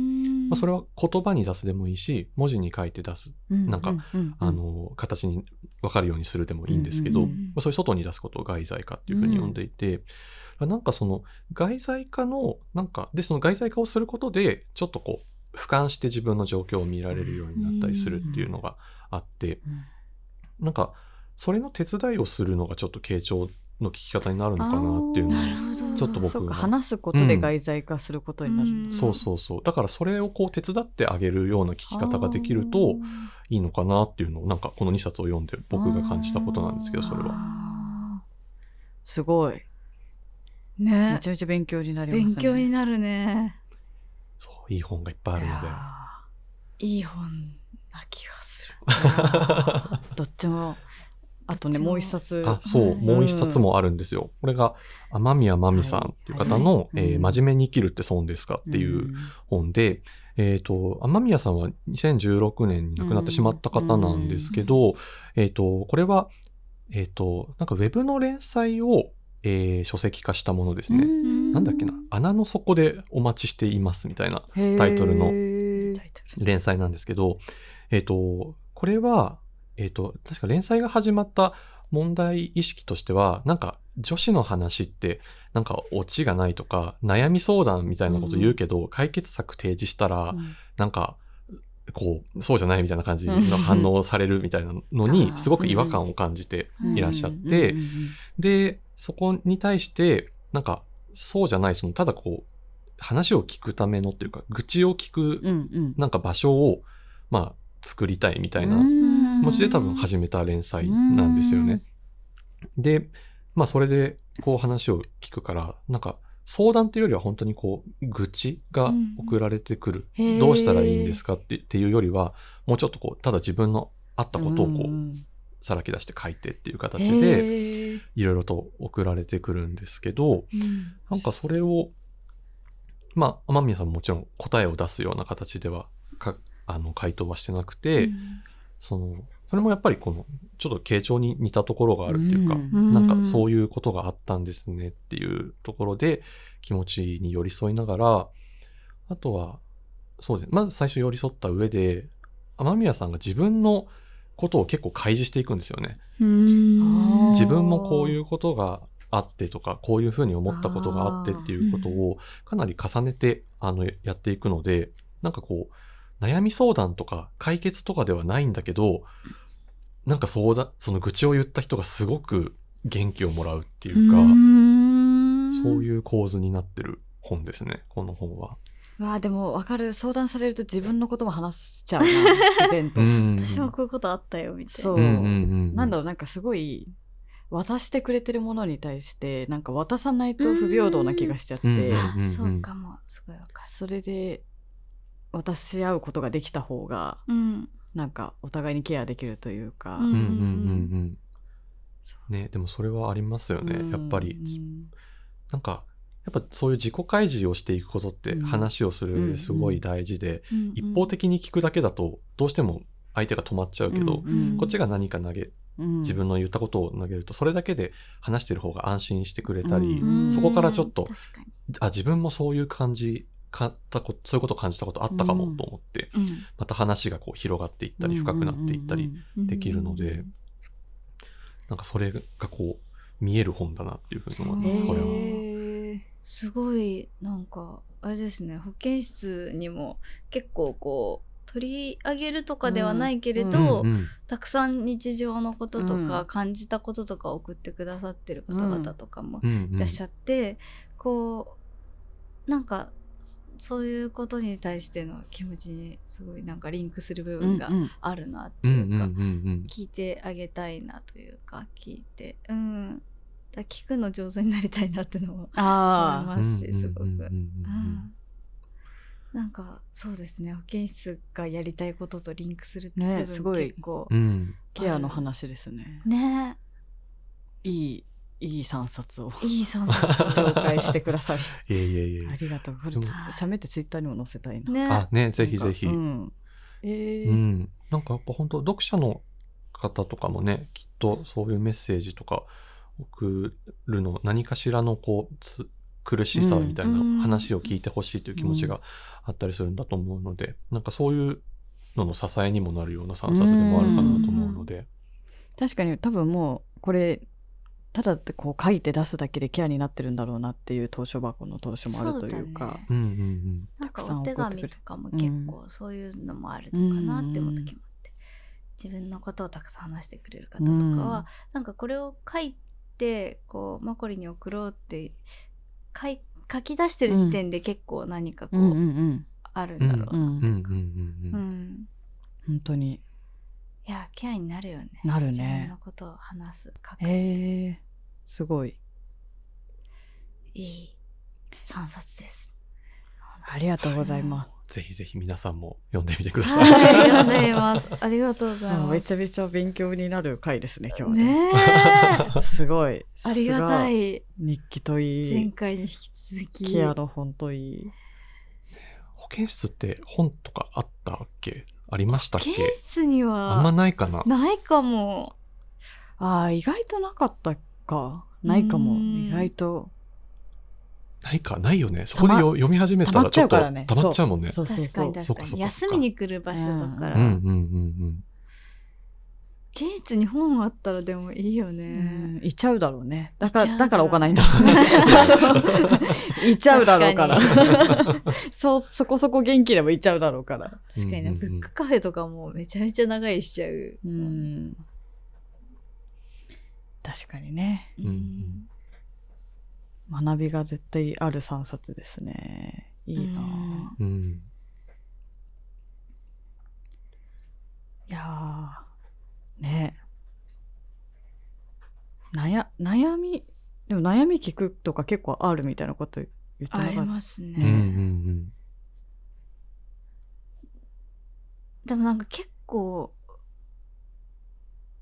S3: あ、それは言葉に出すでもいいし文字に書いて出す
S2: うん
S3: なんか
S2: ううう
S3: あの形に分かるようにするでもいいんですけど、
S2: うんうん
S1: うん
S3: まあそういう外に出すことを外在化っていうふうに呼んでいて、なんかその外在化のなんかでその外在化をすることでちょっとこう俯瞰して自分の状況を見られるようになったりするっていうのがあって、
S2: うん
S3: なんか、それの手伝いをするのがちょっと傾聴の聞き方になるのかなっていうの
S2: あ
S1: な
S2: ー
S1: る
S3: は
S1: ほど
S3: ちょっと僕
S2: そうか
S3: が
S2: 話すことで外在化することになるんだ、
S1: うん
S3: そうそうそう。だからそれをこう手伝ってあげるような聞き方ができる
S2: あ
S3: と
S2: ー
S3: いいのかなっていうのを、なんかこの2冊を読んで僕が感じたことなんですけど、それは。
S2: はすごいめ
S1: ね
S2: ちゃめちゃ勉強になりますね
S1: 勉強になるね
S3: そう、いい本がいっぱいあるの
S2: い
S3: で。
S2: や
S1: いい本な気がする
S2: ーどっちもあとね
S1: どっちも
S2: もう一冊
S3: あ、そう、もう一冊もあるんですよ。これが、天宮真美さんっていう方の、
S2: はいはい
S3: えー
S2: うん
S3: 真面目に生きるって損ですかっていうう本で、えっ、と、天宮さんは2016年に亡くなってしまった方なんですけど、えっ、と、これは、えっ、と、なんかウェブの連載を、えー書籍化したものです
S2: ん
S3: ね。なんだっけな、穴の底でお待ちしていますみたいな
S2: へー
S3: タイトルの
S2: タイトル
S3: 連載なんですけど、えっ、と、これは、えっ、と、確か連載が始まった問題意識としては、なんか女子の話って、なんかオチがないとか、悩み相談みたいなこと言うけど、解決策提示したら、
S2: うん
S3: なんか、こう、そうじゃないみたいな感じの反応をされるみたいなのに
S2: う、ん
S3: すごく違和感を感じて
S1: うん
S3: いらっしゃって、で、そこに対して、なんか、そうじゃない、その、ただこう、話を聞くためのっていうか、愚痴を聞
S2: うん
S3: く、
S2: うん
S3: なんか場所を、まあ、作りたいみたいな
S2: うん
S3: 気持ちで多分始めた連載なんですよね。で、まあ、それで、こう話を聞くから、なんか、相談っていうよりは本当にこう、愚痴が送られてくる。
S2: へー
S3: どうしたらいいんですかってっていうよりは、もうちょっとこう、ただ自分のあったことをこ
S2: う
S3: う、
S2: ん
S3: さらけ出して書いてっていう形で、
S2: へー
S3: いろいろと送られてくるんですけど、
S1: うん
S3: なんかそれを、まあ、天宮さんももちろん答えを出すような形では、か、あの、回答はしてなくて、その、それもやっぱりこの、ちょっと傾聴に似たところがあるっていうか、
S2: ん
S1: うん
S3: なんかそういうことがあったんですねっていうところで気持ちに寄り添いながら、あとは、そうですね。まず最初寄り添った上で、雨宮さんが自分のことを結構開示していくんですよね。
S1: うん
S3: 自分もこういうことがあってとか、こういうふうに思ったことがあってっていうことをかなり重ねて、あの、やっていくので、なんかこう、悩み相談とか解決とかではないんだけど、なんか相談、その愚痴を言った人がすごく元気をもらうっていうか、そう
S1: う
S3: いう構図になってる本ですね、この本は。
S2: うわあでも分かる相談されると自分のことも話し
S1: [LAUGHS]
S2: ちゃうな自然と、
S3: ん
S1: 私もこういうことあったよみたいな
S2: そう
S3: うんうんうん。
S2: なんだろうなんかすごい渡してくれてるものに対してなんか渡さないと不平等な気がしちゃって、
S3: うんうん
S1: あそうかもすごいわか
S2: それで渡し合うことができた方が
S1: るうん
S2: なんかお互いにケアできるというか、
S1: うん
S3: うんうんうんうん。ね、でもそれはありますよ
S2: う
S3: ね、
S2: ん
S3: やっぱり。なんか、やっぱそういう自己開示をしていくことって
S2: うん
S3: 話をする上ですごい大事で、
S1: うん
S3: 一方的に聞くだけだとどうしても相手が止まっちゃうけど、
S1: うん
S3: こっちが何か投げ、
S2: うん
S3: 自分の言ったことを投げると、それだけで話してる方が安心してくれたり、
S2: うん
S3: そこからちょっと
S1: 確かに
S3: あ、自分もそういう感じ、かったこそういうことを感じたことあったかもと思って、また話がこう広がっていったり、深くなっていったり、
S1: うん
S3: できるので、なんかそれがこう、見える本だなっていうふうに思います、これ
S2: へ
S3: は。
S2: ー
S1: すごいなんかあれですね保健室にも結構こう取り上げるとかではないけれど、
S2: うん
S3: うんうん
S1: たくさん日常のこととか、
S2: うん
S1: 感じたこととか送ってくださってる方々とかも
S3: うんうん
S1: いらっしゃって、こうなんかそういうことに対しての気持ちにすごいなんかリンクする部
S2: うん
S1: 分が
S2: うん
S1: あるなって
S3: うん
S1: いううか、
S3: んうんうん。
S1: 聞いてあげたいなというか聞いてうんだから聞くの上手になりたいなってのも思い
S2: ああ
S1: ますしすごく、
S3: うんうんうんうん
S1: うんなんかそうですね保健室がやりたいこととリンクするって
S2: ね
S1: 部
S2: すご
S1: 分
S2: い
S1: 結構
S3: うんうん。
S2: ケアの話ですね
S1: ね
S2: いいいい3冊を [LAUGHS]
S1: いい散策
S2: 紹介してくだ
S3: [LAUGHS]
S2: さい
S3: いえいえいえい
S2: あ
S3: え。
S2: りがとうこれ
S3: でも
S2: 喋ってツイッターにも載せたいな、
S1: ね
S3: あ、ね、ぜひぜひ。
S2: な
S3: うん。
S2: かうんんえー
S3: なんかやっぱ本当読者の方とかもね、きっとそういうメッセージとか送るの、何かしらのこう、つ苦しさみたいな
S1: うん
S3: 話を聞いてほしいという気持ちがあったりするんだと思うので、なんかそういうのの支えにもなるような3冊でもあるかなと思うので。
S2: 確かに多分もうこれただってこう書いて出すだけでケアになってるんだろうなっていう投書箱の投書もあるという
S1: そうだ
S2: か
S1: ね
S3: うんうん
S1: なんか
S2: たくさん
S1: お
S2: 送
S1: 手
S2: ってくれ
S1: 紙とかも結構そういうのもあるのかなって思った時もあって自分のことをたくさん話してくれる方とか
S2: うん
S1: はなんかこれを書いてこうマコリに送ろうって書い書き出してる時点で結構何かこ
S2: うんうん
S1: う
S2: うん
S1: あるんだろうな
S3: うん。うん
S1: と
S3: うん
S1: か
S3: う。
S1: うんん
S2: 本当に
S1: いやケアになるよね。
S2: なるね
S1: 自分のことを話す書く、
S2: えー、すごい
S1: いい3冊です。
S2: ありがとうございます
S3: うん。ぜひぜひ皆さんも読んでみてください。
S1: はい、読んでみます。ありがとうご
S2: [LAUGHS]
S1: ざい
S2: あ
S1: ます。
S2: めちゃめちゃ勉強になる回ですね今日はね [LAUGHS]
S1: ねえ
S2: すごい
S1: ありがた
S2: さす
S1: い。
S2: 日記とい
S1: 前
S2: い
S1: 回に引き続き。
S2: ケアの本といい
S3: 保健室って本とかあったっけありましたっけ
S1: 保健室に
S3: あんま
S1: は
S3: ないかな。
S1: ないかも。
S2: あー意外となかったかないか
S1: う
S2: も
S1: ん
S2: 意外と
S3: ないか、ないよね。そこで
S2: たま
S3: よ読み始めた
S2: 溜ま
S3: ら
S2: っち
S3: ちょ
S2: ゃ
S3: っ
S2: う
S3: と
S2: からね
S3: 溜まっちゃうもんね。
S2: そうそう
S1: 確
S2: そ
S1: かに
S2: う
S1: 確
S3: そう
S1: か
S3: かそう
S1: に。
S3: か
S1: 休みに来る場所だか
S2: う
S1: ら。
S3: うんうん
S1: 保
S3: うん
S1: 健室に本あったらでもいいよね。
S2: いちゃうだろうね。だか
S1: いちゃ
S2: ら、
S1: うだろう
S2: だから置かないんだろうね。 [LAUGHS] いちゃうだろうから。 [LAUGHS] そう、そこそこ元気でもいちゃうだろうから。
S1: 確かにね、
S3: うんうん
S1: ブ
S3: うん
S1: ックカフェとかもめちゃめちゃ長いしちゃう。
S2: うん。確かにね。
S1: う
S3: うんうんん
S2: 学びが絶対ある3冊ですね。いいなぁ
S3: うん。うん。
S2: いやーね悩悩み、でも悩み聞くとか結構あるみたいなこと言ってな
S1: あ
S2: かっ
S1: り
S2: た。
S1: ますね。
S3: うんうん
S1: でもなんか結構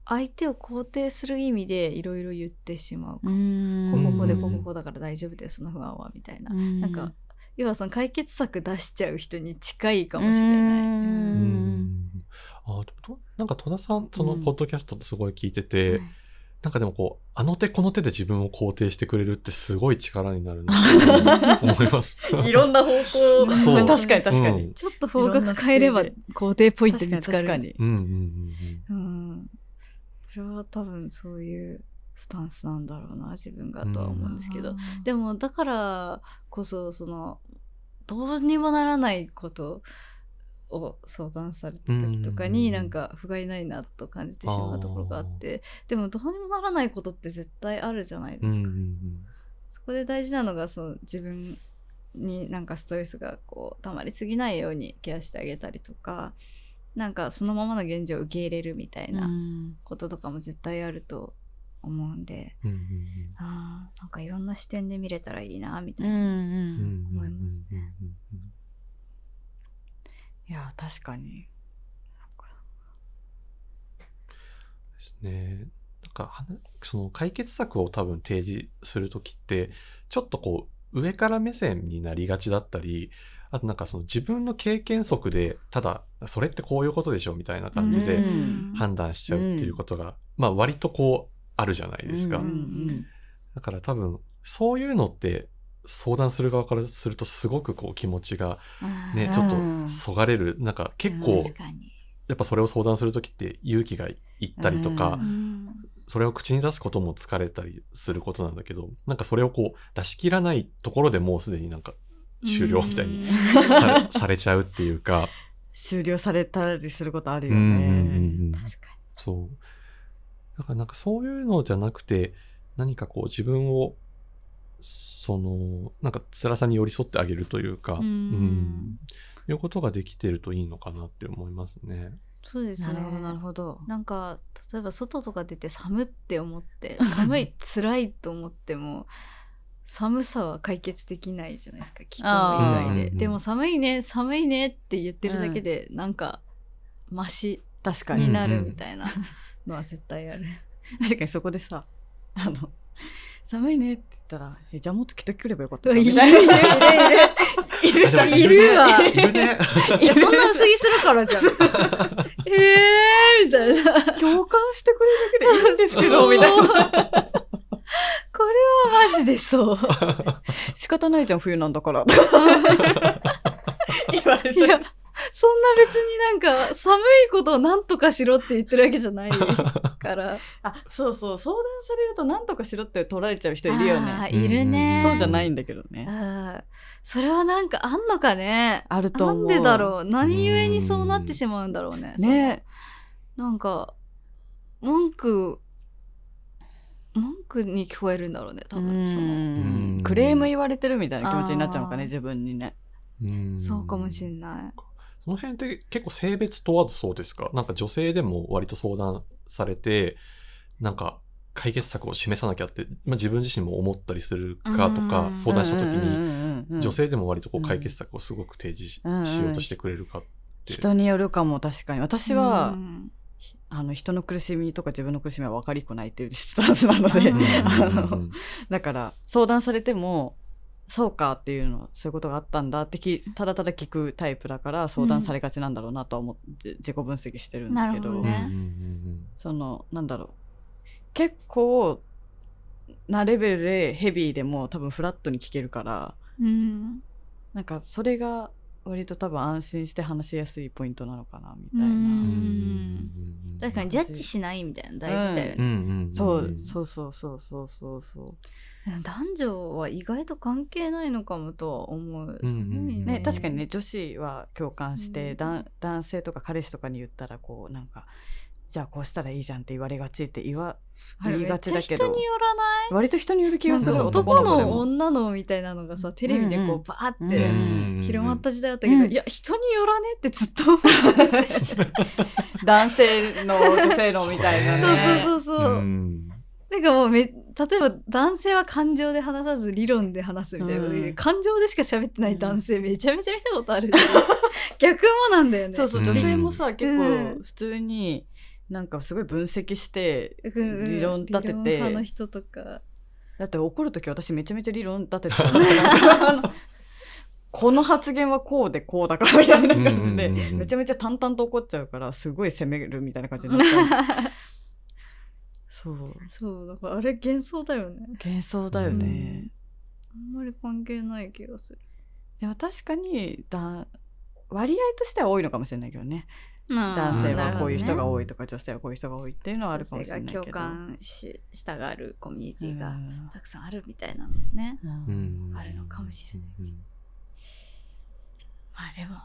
S1: 相手を肯定する意味でいろいろ言ってしまう。
S2: う
S1: こ
S2: ん
S1: ここで
S3: うん
S1: こここだから大丈夫ですその不安はみたいな。な
S2: な
S1: んか要はその解決策出しちゃう人に近いかもしれないう
S2: ーん
S3: うん。うん
S1: うん
S3: うんあでもとなんか戸田さん、その
S2: うん
S3: ポッドキャストってすごい聞いてて、なんかでもこう、あの手この手で自分を肯定してくれるってすごい力になるなと思います。
S2: いろんな方向を
S3: そう
S2: 確かに確かに、
S3: うん
S1: ちょっと方角変えれば肯定ポイント見つかる
S2: 確かに
S3: うんうんうん
S1: うん、それは多分そういうスタンスなんだろうな自分がとは思うんですけど、でもだからこそそのどうにもならないことを相談された時とか
S3: う
S1: に
S3: ん
S1: なんか不甲斐ないなと感じてしまうところがあってでもどうにもならないことって絶対あるじゃない
S3: う
S1: で
S3: ん。うん
S1: す
S3: うん
S1: か。
S3: うん
S1: そこで大事なのがその自分になんかストレスがこう溜まりすぎないようにケアしてあげたりとかなんかそのままの現状を受け入れるみたいなこととかも絶対あると思うんで、
S3: うんうん
S1: あーなんかいろんな視点で見れたらいいなみた
S2: う
S1: い
S2: んう
S1: な。
S3: うんうん
S2: ん
S1: 思いますね
S3: うんうん
S2: いや確かに
S3: ですね。なんかはな、その解決策を多分提示するときって、ちょっとこう、上から目線になりがちだったり、あとなんかその自分の経験則で、ただ、それってこういうことでしょみたいな感じ
S2: う
S3: で
S2: ん
S3: 判断しちゃうっていうことが、まあ割とこう、あるじゃないですか。
S2: うんうん
S3: だから多分、そういうのって、相談する側からするとすごくこう気持ちがね、
S2: うん
S3: ちょっとそがれる。なんか結
S1: う
S3: 構
S1: ん、確かに、
S3: やっぱそれを相談するときって勇気がいったりとか、
S2: うん
S1: うん
S3: それを口に出すことも疲れたりすることなんだけど、なんかそれをこう出し切らないところでもうすでになんか終了みたいに [LAUGHS]
S1: [LAUGHS]
S3: されされちゃうっていうか、
S2: 終了されたりすることある
S3: う
S2: よ
S3: んうん
S2: ね、
S3: うんうん
S1: 確か
S3: そう。だからなんかそういうのじゃなくて、何かこう自分をそのなんか辛さに寄り添ってあげるというか、
S1: うん
S3: いうことができてるといいのかなって思いますね。
S1: そうです
S2: な
S1: ね
S2: るほどなるほど。
S1: なんか例えば外とか出て寒って思って寒い辛いと思っても寒さは解決できないじゃないですか気候
S2: あ
S1: 以
S2: ー
S1: 外
S3: うんう
S1: で
S3: んうん
S1: でも寒いね寒いねって言ってるだけで、なんかマシ
S2: 確か
S1: に
S2: に。
S1: なるみたいなのは絶対ある、
S2: 確かにそこでさ、 [LAUGHS] あの、寒いねって言ったら、えじゃあもっと着てくればよかった
S1: う
S2: じゃ
S1: わ
S2: ん
S1: いる
S2: み
S1: い
S2: た
S1: る
S2: い
S1: い
S2: な
S1: るいる
S3: あでも
S1: いるいるわ
S3: いるね。
S1: いやそんな薄着するからじゃんえーみたいな
S2: [LAUGHS] 共感してくれるだけでいいん [LAUGHS] ですけど、みたいな。
S1: な。これはマジでそう。
S2: 仕方ないじゃん、冬なんだから。言われ
S1: い
S2: て。
S1: や、そんな別になんか寒いことを何とかしろって言ってるわけじゃない
S2: [LAUGHS]
S1: から。
S2: あ、そうそう、相談されると何とかしろって取られちゃう人いるよ
S1: あ
S2: ね。
S1: ーいるね。
S2: そうじゃないんだけどね。
S1: あーそれはなんかあんのかね。
S2: あると
S1: な
S2: 思
S1: ん
S2: う。
S1: でだろう。何故にそうなってしまうんだろうね。
S2: ね
S1: そのなんか、文句、文句に聞こえるんだろうね、多分。その
S3: うん
S2: クレーム言われてるみたいな気持ちになっちゃうのかね
S1: あー
S2: 自分にね
S3: ん
S1: そうかもしんない。
S3: その辺って結構性別問わずそうですかなんか女性でも割と相談されて、なんか解決策を示さなきゃって、まあ、自分自身も思ったりするかとか
S1: う、ん
S3: 相談した時に、
S2: に
S3: 女性でも割とこう
S2: うん
S3: 解決策をすごく提示し,、
S2: うんうん
S3: ようとしてくれるか。
S2: 人によるかも確かに私は、
S1: うん
S2: あの人の苦しみとか自分の苦しみは分かりっこないっていうスタンスなので、
S1: う
S3: うんん
S2: あ
S3: うんう
S2: の
S3: ん
S2: だから相談されてもそうかっていうのそういうことがあったんだってきただただ聞くタイプだから相談されがちなんだろうなとは思って自己分析してるんだけ
S1: なるほ
S2: ど
S1: ど
S3: うんうん
S1: ね
S3: うん
S2: そのなんだろう結構なレベルでヘビーでも多分フラットに聞けるから
S1: うん
S2: なんかそれが割と多分安心して話しやすいポイントなのかなみたい
S3: うん
S2: な。
S3: うん
S1: 確かにジャッジしないみたいなの大事だよね、
S3: うんうんうん
S2: そうそうそうそうそうそうそう
S1: [LAUGHS] 男女は意外と関係ないのかもとは思う、
S3: うんうんうん
S1: 寒いよ
S2: ね
S3: うん
S2: 確かにね女子は共感して、
S1: うん
S2: だん男性とか彼氏とかに言ったらこうなんかじゃあこうしたらいいじゃんって言われがちって言わ
S1: あれ
S2: 言い
S1: めっ
S2: が
S1: ち
S2: ち
S1: ゃ
S2: だけど
S1: 人によらない
S2: 割と人による気
S1: な
S2: が
S1: ん
S2: する
S1: か
S2: 男
S1: 男
S2: の子で
S1: の
S2: も
S1: 女のみたいなのがさテレビで
S2: うんう
S1: こ
S2: ん
S1: うバーっ
S3: うん
S1: て
S3: うんうん
S1: 広まった時代だったけど、
S2: うん
S1: いや人によらねってずっと思
S2: [LAUGHS]
S1: ってて
S2: 男性の女性のみたいなね
S1: そう
S3: ね
S1: そうそうそう、
S3: うん
S1: なんかもうめ例えば男性は感情で話さず理論で話すみたいな、
S2: うん
S1: 感情でしか喋ってない男性めちゃめちゃ見たことあるじゃん [LAUGHS] 逆もなんだよね
S2: そうそう
S3: うん
S2: 女性もさ、結
S1: うん
S2: 構普通になんかすごい分析して、
S1: うんうん
S2: 理論立て
S1: 理
S2: て
S1: 論派の人とか
S2: だって怒る時私めちゃめちゃ理論立ててたなんかこの発言はこうでこうだからみたいな感じで、
S3: うんうんうんうん
S2: めちゃめちゃ淡々と怒っちゃうからすごい責めるみたい [LAUGHS] な感じになっちゃうそう
S1: そうだからあれ幻想だよね
S2: 幻想だよね、
S1: うんあんまり関係ない気がする
S2: でも確かにだ割合としては多いのかもしれないけどね男性はこういう人が多いとか、女性はこういう人が多いっていうのはあるかもしれないけど
S1: 女性が共感ししたがるコミュニティ
S2: う
S1: が
S2: ん
S1: たくさんあるみたいなのね、
S2: う
S3: うんん
S1: あるのかもしれない
S3: うん
S1: まあでも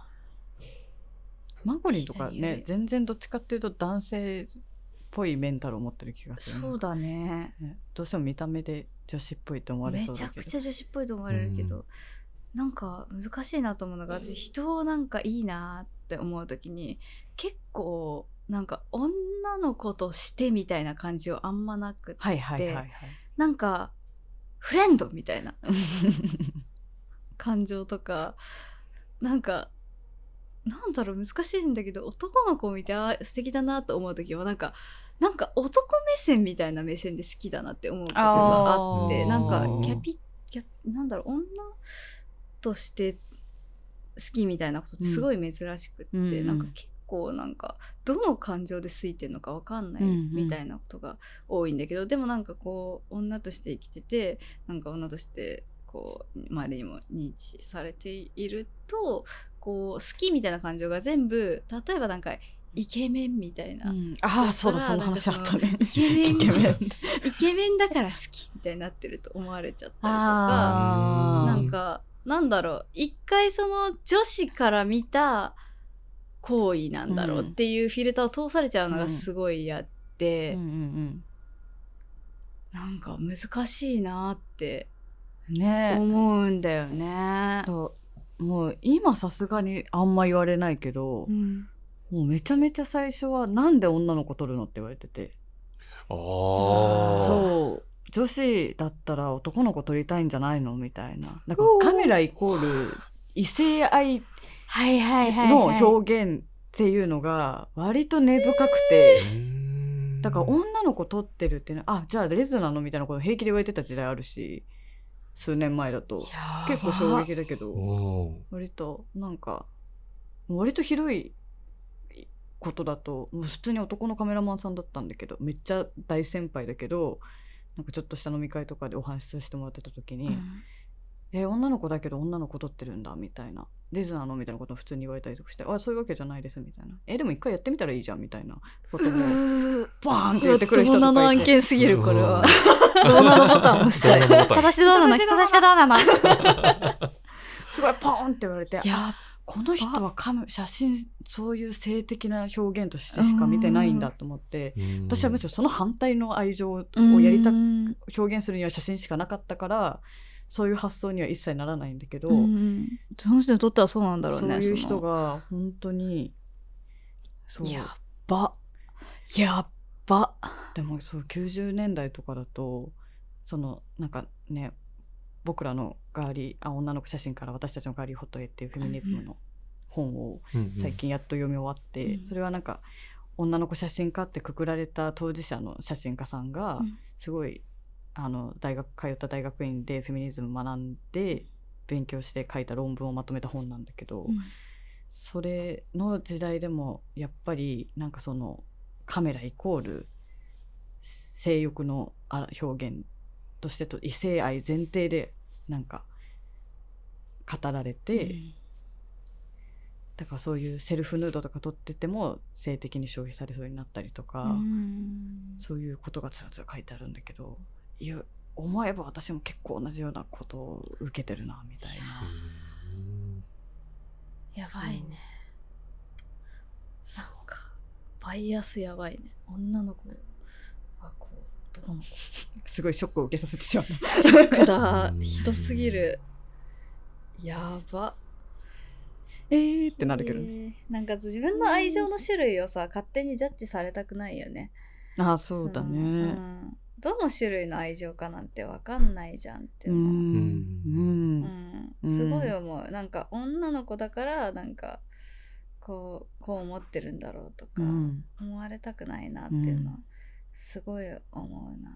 S2: マゴリンとか
S1: 人によ
S2: ね
S1: る
S2: 全然どっちかっていうと男性っぽいメンタルを持ってる気がするな
S1: そうだね
S2: ねどうしても見た目で女子っぽいと思われ
S1: め
S2: そう
S1: ち
S2: だ
S1: ゃ
S2: け
S1: く
S2: ど
S1: ちゃ女子っぽいと思われるけど、
S3: うん
S1: なんか難しいなと思うのが私人をなんかいいなって思う時に結構なんか女の子としてみたいな感じをあんまなくて
S2: はいはいはいはい
S1: なんかフレンドみたいな感情とかなんかなんだろう難しいんだけど男の子を見てあー素敵だなと思う時はなんかなんか男目線みたいな目線で好きだなって思うことがあって
S3: あー
S1: なんかキャピキャなんだろう女として好きみたいなことってすごい珍しくって、
S2: うんうん
S1: なんか結構なんかどの感情で好いてるのかわかんない
S2: うんうん
S1: みたいなことが多いんだけど、でもなんかこう女として生きててなんか女としてこう周りにも認知されているとこう好きみたいな感情が全部例えばなんかイケメンみたいな、
S2: うんああそうだその話あったね
S1: イケメン
S2: イケメン
S1: イケメンだから好きみたいになってると思われちゃったりとか
S3: あー
S1: なんかなんだろう一回その女子から見た行為なんだろうっていうフィルターを通されちゃうのがすごい嫌で、
S2: うんうんうん
S1: なんか難しいなって
S2: ね
S4: 思うんだよね。
S2: そうもう今さすがにあんま言われないけど、
S4: うん
S2: もうめちゃめちゃ最初は「なんで女の子取るの?」って言われてて
S3: ああ。
S2: そう女子だったら男の子取りたいんじゃないのみたいななんかカメライコール異性愛
S4: はいはいはい、
S2: の
S4: はい。
S2: 表現っていうのが割と根深くて。
S3: うーん
S2: だから女の子取ってるっていうのはあじゃあレズなのみたいなこと平気で言われてた時代あるし数年前だと
S4: やば
S2: 結構衝撃だけど
S3: うん
S2: 割となんか割とひどいことだともう普通に男のカメラマンさんだったんだけどめっちゃ大先輩だけどなんかちょっとした飲み会とかでお話しさせてもらってた時に「え女の子だけど女の子取ってるんだ」みたいな「レズなの?」みたいなことを普通に言われたりとかして「あそういうわけじゃないです」みたいな「えでも一回やってみたらいいじゃん」みたいなこと
S1: [LAUGHS]
S2: もバーンって言ってくる人とかいて。
S1: の案件すぎる、これ
S3: う
S1: は
S3: ん。
S1: ドーナのボタン押したい
S3: ドーナのボタン
S4: 正してどうなの正してどうなの
S2: すごいポーンって言われて
S1: いや、
S2: この人はカメ写真そういう性的な表現としてしか見てないんだと思って
S3: うん
S2: 私はむしろその反対の愛情を
S1: を
S2: やりたく
S1: うん
S2: 表現するには写真しかなかったからそういう発想には一切ならないんだけど、
S1: うんその人にとってはそうなんだろう
S2: そ
S1: ね。
S2: ういう人
S1: その。
S2: が本当にそう
S1: やっば。やっば。
S2: でもそう90年代とかだとそのなんかね僕らのガーリーあ女の子写真から私たちのガーリーホットへっていうフェミニズムの本を
S3: うんうん
S2: 最近やっと読み終わって、
S1: うん
S2: それはなんか女の子写真家ってくくられた当事者の写真家さんが
S1: うん
S2: すごい、あの大学通った大学院でフェミニズム学んで勉強して書いた論文をまとめた本なんだけど、それの時代でもやっぱりなんかそのカメライコール性欲のあ表現としてと異性愛前提でなんか語られて。だからそういうセルフヌードとか撮ってても性的に消費されそうになったりとか、
S1: うん
S2: そういうことがつらつら書いてあるんだけどいや思えば私も結構同じようなことを受けてるなみたいな
S3: うん
S1: やばいね。なんか、バイアスやばいね。女の子はこう、どこの子
S2: すごいショックを受けさせてしまった。
S1: ショックだ
S3: う。ん
S1: ひどすぎる。やば。
S2: えーってなるけどね。
S1: えーなんか自分の愛情の種類をさ、勝手にジャッジされたくないよね。
S2: ああそうだ
S1: そのう
S2: ね。
S1: んどの種類の愛情かなんてわかんないじゃんっていううのは
S2: んうん
S1: うんすごい思うなんか女の子だからなんかこうこう思ってるんだろうとか
S2: うん
S1: 思われたくないなっていうのは
S2: う
S1: すごい思うな、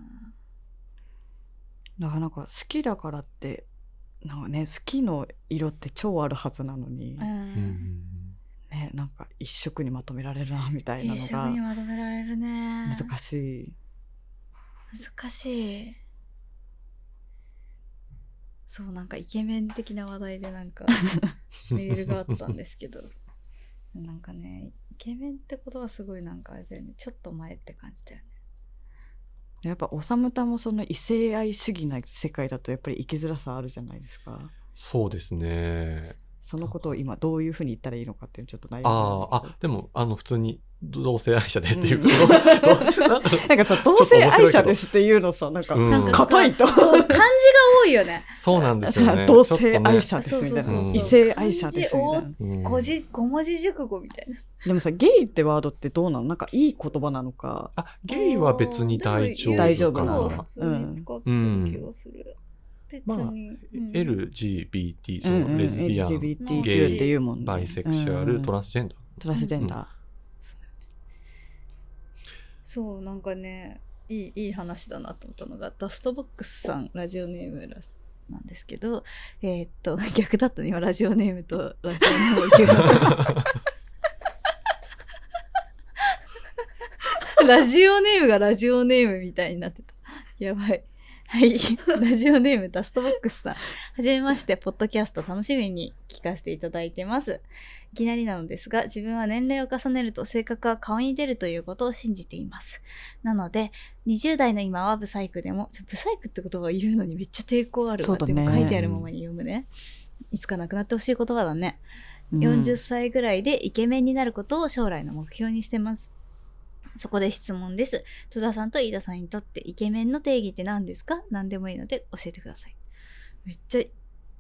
S2: だからなんか好きだからってなんかね好きの色って超あるはずなのに、
S1: うん
S3: うん
S2: ねなんか一色にまとめられるなみたいな
S1: 一緒
S2: のが
S1: にまとめられるね
S2: 難しい。
S1: 難しいそうなんかイケメン的な話題でなん
S2: [LAUGHS]
S1: かメールがあったんですけどなんかねイケメンってことはすごいなんかあれだよねちょっと前って感じだよね
S2: やっぱおさむたもその異性愛主義な世界だとやっぱり生きづらさあるじゃないですか
S3: そうですね。
S2: そのことを今どういうふうに言ったらいいのかっていうのちょっと悩みなん
S3: あ
S2: だ
S3: あ、
S2: けど
S3: あ、でも、あの、普通に同性愛者でっていう
S2: うん
S3: どう [LAUGHS] どう
S2: なんかさ同性愛者ですっていうのさなんか、
S3: うん
S1: なんか
S2: 硬いと
S1: そう漢字が多いよね
S3: そうなんですよ
S2: [LAUGHS]
S3: ね。
S2: 同性愛
S3: ち
S2: 者
S3: ょ
S2: ですみたい
S3: そうそうそ
S2: な
S3: う
S2: 異性愛者ですみたい
S1: 漢
S2: な
S3: っとね。
S1: 五
S3: うん
S1: 字五文字熟語みたいな
S2: [LAUGHS] でもさゲイってワードってどうなのなんかいい言葉なのか
S3: あ、ゲイは別に大丈夫かな。
S2: 大丈夫なの
S1: 普通に使ってる気がする、別に、うん、
S3: LGBT、そ
S2: うんう
S3: の
S2: ん
S3: レズビアン、
S2: LGBTQ
S3: ゲイ
S2: っていうもんね
S3: バイセクシュアル、
S2: うん
S3: トランスジェンダー。
S2: トランスジェンダ
S1: そうなんかねいいいい話だなと思ったのがダストボックスさんラジオネームらなんですけどえーっと [LAUGHS] 逆だったね今ラジオネームとラジオネームを言う [LAUGHS] ラジオネームがラジオネームみたいになってたやばいはい。ラジオネームダストボックスさん。はじめまして、ポッドキャスト楽しみに聞かせていただいてます。いきなりなのですが、自分は年齢を重ねると性格は顔に出るということを信じています。なので、20代の今はブサイクでも、ちょブサイクって言葉を言うのにめっちゃ抵抗ある
S2: そ
S1: わ。
S2: うだ
S1: で
S2: ね
S1: も書いてあるままに読むね。いつかなくなってほしい言葉だね。
S2: ー、うん
S1: 40歳ぐらいでイケメンになることを将来の目標にしてます。そこで質問です。戸田さんと飯田さんにとってイケメンの定義って何ですか何でもいいので教えてください。めっちゃい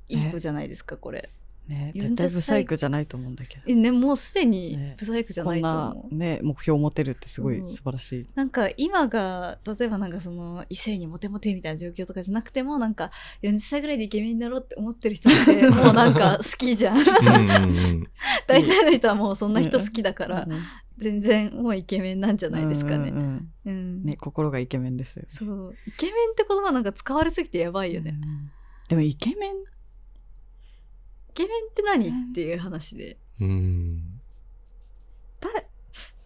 S1: い子じゃないですか、これ。
S2: ね、
S1: 40
S2: 絶対ブサイクじゃないと思うんだけど
S1: えね、もうすでに
S2: ね
S1: ブサイクじゃ
S2: こ
S1: なんいと
S2: な
S1: 思う。
S2: ね目標を持てるってすごい
S1: うん
S2: 素晴らしい、
S1: なんか今が例えばなんかその異性にモテモテみたいな状況とかじゃなくてもなんか40歳ぐらいでイケメンだろって思ってる人って
S2: [LAUGHS]
S1: もうなんか好きじゃん
S3: うんうんうん
S1: 大体の人はもうそんな人好きだか
S2: から
S1: 全然もうイケメンなんじゃないですかね。うん
S2: ね心がイケメンですよね
S1: そうイケメンって言葉なんか使われすぎてやばいよね。
S2: うんでもイケメン
S1: イケメンって何っていう話で。
S3: うん
S2: タイ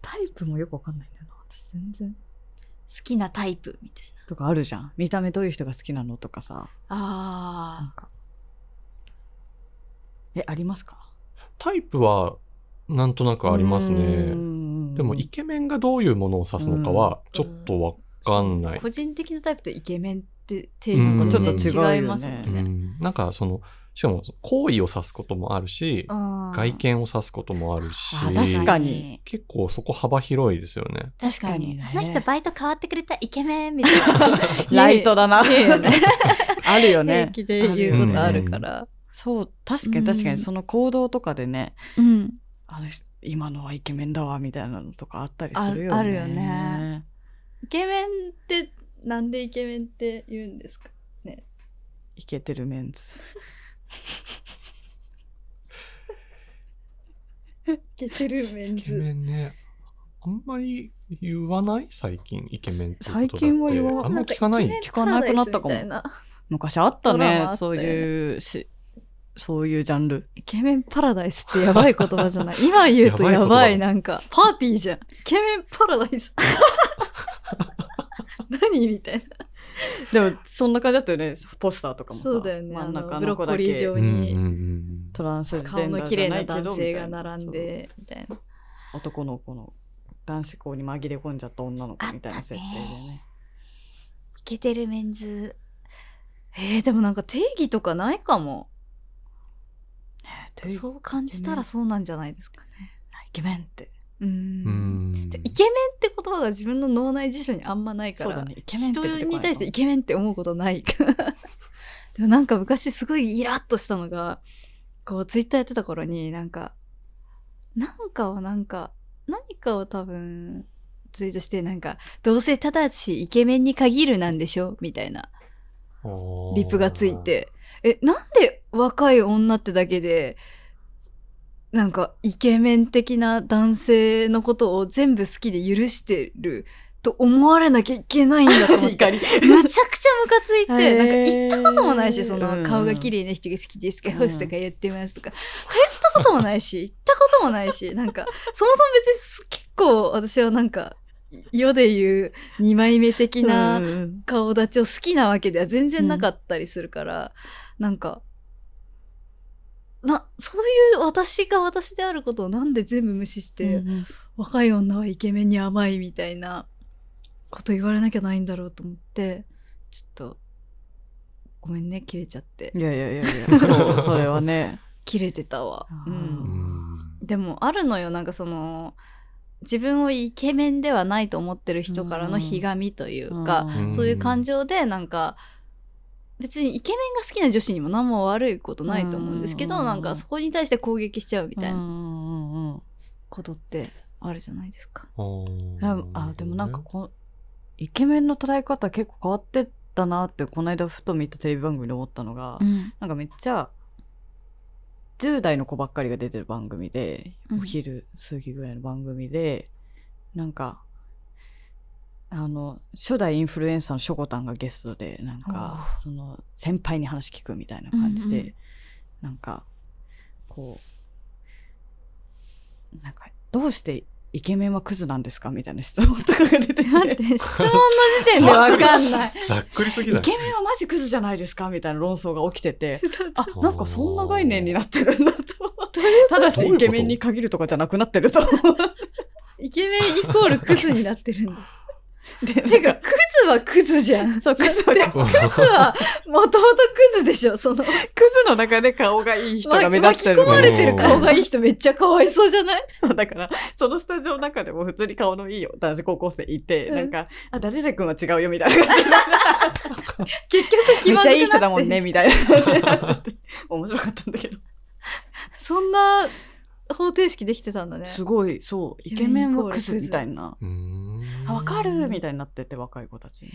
S2: タイプもよくわかんないんだよな私全然
S1: 好きなタイプみたいな。
S2: とかあるじゃん見た目どういう人が好きなのとかさな
S1: あ
S2: んかえありますか
S3: タイプはなんとなくありますね。で
S2: で
S3: もイケメンがどういうものを指すのかはちょっとわかんない
S1: あ。個人的なタイプとイケメンって定義
S3: うん
S1: 全然違いますもん
S3: う
S1: ね。
S3: んなんかそのしかも行為を指すこともあるし外
S1: 外
S3: 見を指すこともあるし
S2: あ確かに
S3: 結構そこ幅広いですよね。
S4: 確かに
S2: 確かにね
S4: あの人バイト変わってくれたイケメンみたいな
S2: [LAUGHS] ライトだな [LAUGHS] あるよ
S1: [LAUGHS] 平
S2: ね
S1: 気で言うことあるから。
S2: そう確かに確かにその行動とかでね
S1: うん。
S2: あの今のはイケメンだわみたいなのとかあったりするよね
S1: ああるよねイケメンって、なんでイケメンって言うんですか
S2: イケてるメンズ
S1: イケてるメン
S3: イケ
S1: ズ。
S3: メンね。あんまり言わない最近イケメンっていうことだって
S2: 最近は言わ
S3: あんま聞かない
S1: んイケメン
S2: 聞かなくなったかも
S1: パラダイスみいな
S2: 昔あった
S1: ドラ
S2: ね
S1: マあったよね
S2: そういうしそういうジャンル
S1: イケメンパラダイスってやばい言葉じゃ [LAUGHS] ない今言うとやばい
S3: やばい言葉
S1: なんかパーティーじゃんイケメンパラダイス何みたい
S2: でもそんな感じだったよねポスターとか
S1: な
S2: もさ
S1: そうだよね
S2: 真ん
S1: あ
S2: 中
S1: のブロ
S2: の子
S1: ッコ
S2: だ
S1: リー
S2: け
S1: 状
S3: うんうんう
S1: に
S3: ん
S2: トランスジェンダ
S1: 顔の
S2: ー
S1: 綺
S2: じゃ
S1: 麗
S2: な
S1: ない
S2: けど
S1: 男性が並ん
S2: みたいな
S1: でみたいな
S2: そう男の子の男子校に紛れ込んじゃった女の子みたいな設定でね
S4: イケてるメンズ
S1: えー、でもなんか定義とかないかも
S2: ていう
S1: そう感じたらそうなんじゃないですかね
S2: イケメンって
S1: うーん
S3: うん
S1: でイケメンって言葉が自分の脳内辞書にあんまないから
S2: そうだねイケメンって
S1: 人
S2: 出てこない
S1: に対してイケメンって思うことない [LAUGHS] からでもなんか昔すごいイラッとしたのがこうツイッターやってた頃になんかなんかをなんか何かを多分ツイートしてなんかどうせただちイケメンに限るなんでしょみたいなリプがつい。てえなんで若い女ってだけでなんかイケメン的な男性のことを全部好きで許してると思われなきゃいけないんだと思って
S2: 怒り
S1: むちゃくちゃムカついて、なんか言ったこともない
S2: へ
S1: し、
S2: ー
S1: そ
S2: うん
S1: の顔が綺麗な人が好きですか、
S2: うん
S1: ホスとか言ってますとか、これ言ったこともないし、
S2: [LAUGHS]
S1: 言ったこともないし、なんか、そもそも別にす結構私はなんか、世で言う二枚目的な
S2: うんうん
S1: 顔立ちを好きなわけでは全然なかったりするから、なんか、な、そういう私が私であることをなんで全部無視して、
S2: うんうん
S1: 若い女はイケメンに甘いみたいなこと言われなきゃないんだろうと思ってちょっとごめんね切れちゃって
S2: いやいやいやいやそうそれはね
S1: 切れてたわ、う、
S3: うんん
S1: でもあるのよなんかその自分をイケメンではないと思ってる人からのひがみというか、
S3: うん
S1: そういう感情でなんか別にイケメンが好きな女子にも何も悪いことないと思うんですけど、
S2: うん
S1: なんかそこに対して攻撃しちゃうみたい
S2: うん
S1: な
S2: うんうんうん
S1: ことってあるじゃないですか。
S3: あー
S2: ああでもなんかこうイケメンの捉え方結構変わってったなってこの間ふと見たテレビ番組で思ったのが、
S1: うん
S2: なんかめっちゃ10代の子ばっかりが出てる番組で、
S1: うん
S2: お昼過ぎぐらいの番組でなんかあの初代インフルエンサーのしょこたんがゲストでなんかその先輩に話聞くみたいな感じで、
S1: うんうん
S2: なんかこうなんかどうしてイケメンはクズなんですかみたいな質問とかが出て
S1: 待って、
S2: て。
S1: 質問の時点でわかん [LAUGHS] ない。
S3: ざっくりすぎ
S2: イ
S3: ない。
S2: ケメンはマジクズじゃないですかみたいな論争が起きてて、あ
S3: ー
S2: なんかそんな概念になってるんだとただしイケメンに限るとかじゃなくなってると思う
S1: イケメンイコールクズになってるんだ。[LAUGHS]
S2: で
S1: て
S2: な
S1: か、
S2: ん
S1: ク
S2: か
S1: ズはクズじゃん。
S2: そうクズは
S1: だってクズは、もともとクズでしょ、その。
S2: クズの中で顔がいい人が目立
S1: 巻
S2: っ
S1: き
S2: てる
S1: 込ま
S2: の
S1: れてる顔がいい人めっちゃかわいそうじゃない
S2: そうだからそのスタジオの中でも普通に顔のいいよ男子高校生いて、
S1: うん
S2: なんか「あ誰々君は違うよ」みたいな感じで
S1: [LAUGHS] 結局気
S2: めっ
S1: まずくなっ
S2: ちゃ
S1: て
S2: いい人だもんねみたいな面白かったんだけど
S1: そんな方程式できてたんだね。
S2: すごいそうイケメンはクズみたいな
S3: うーん。
S2: あわかるみたいになってて若い子たち
S1: へ
S2: に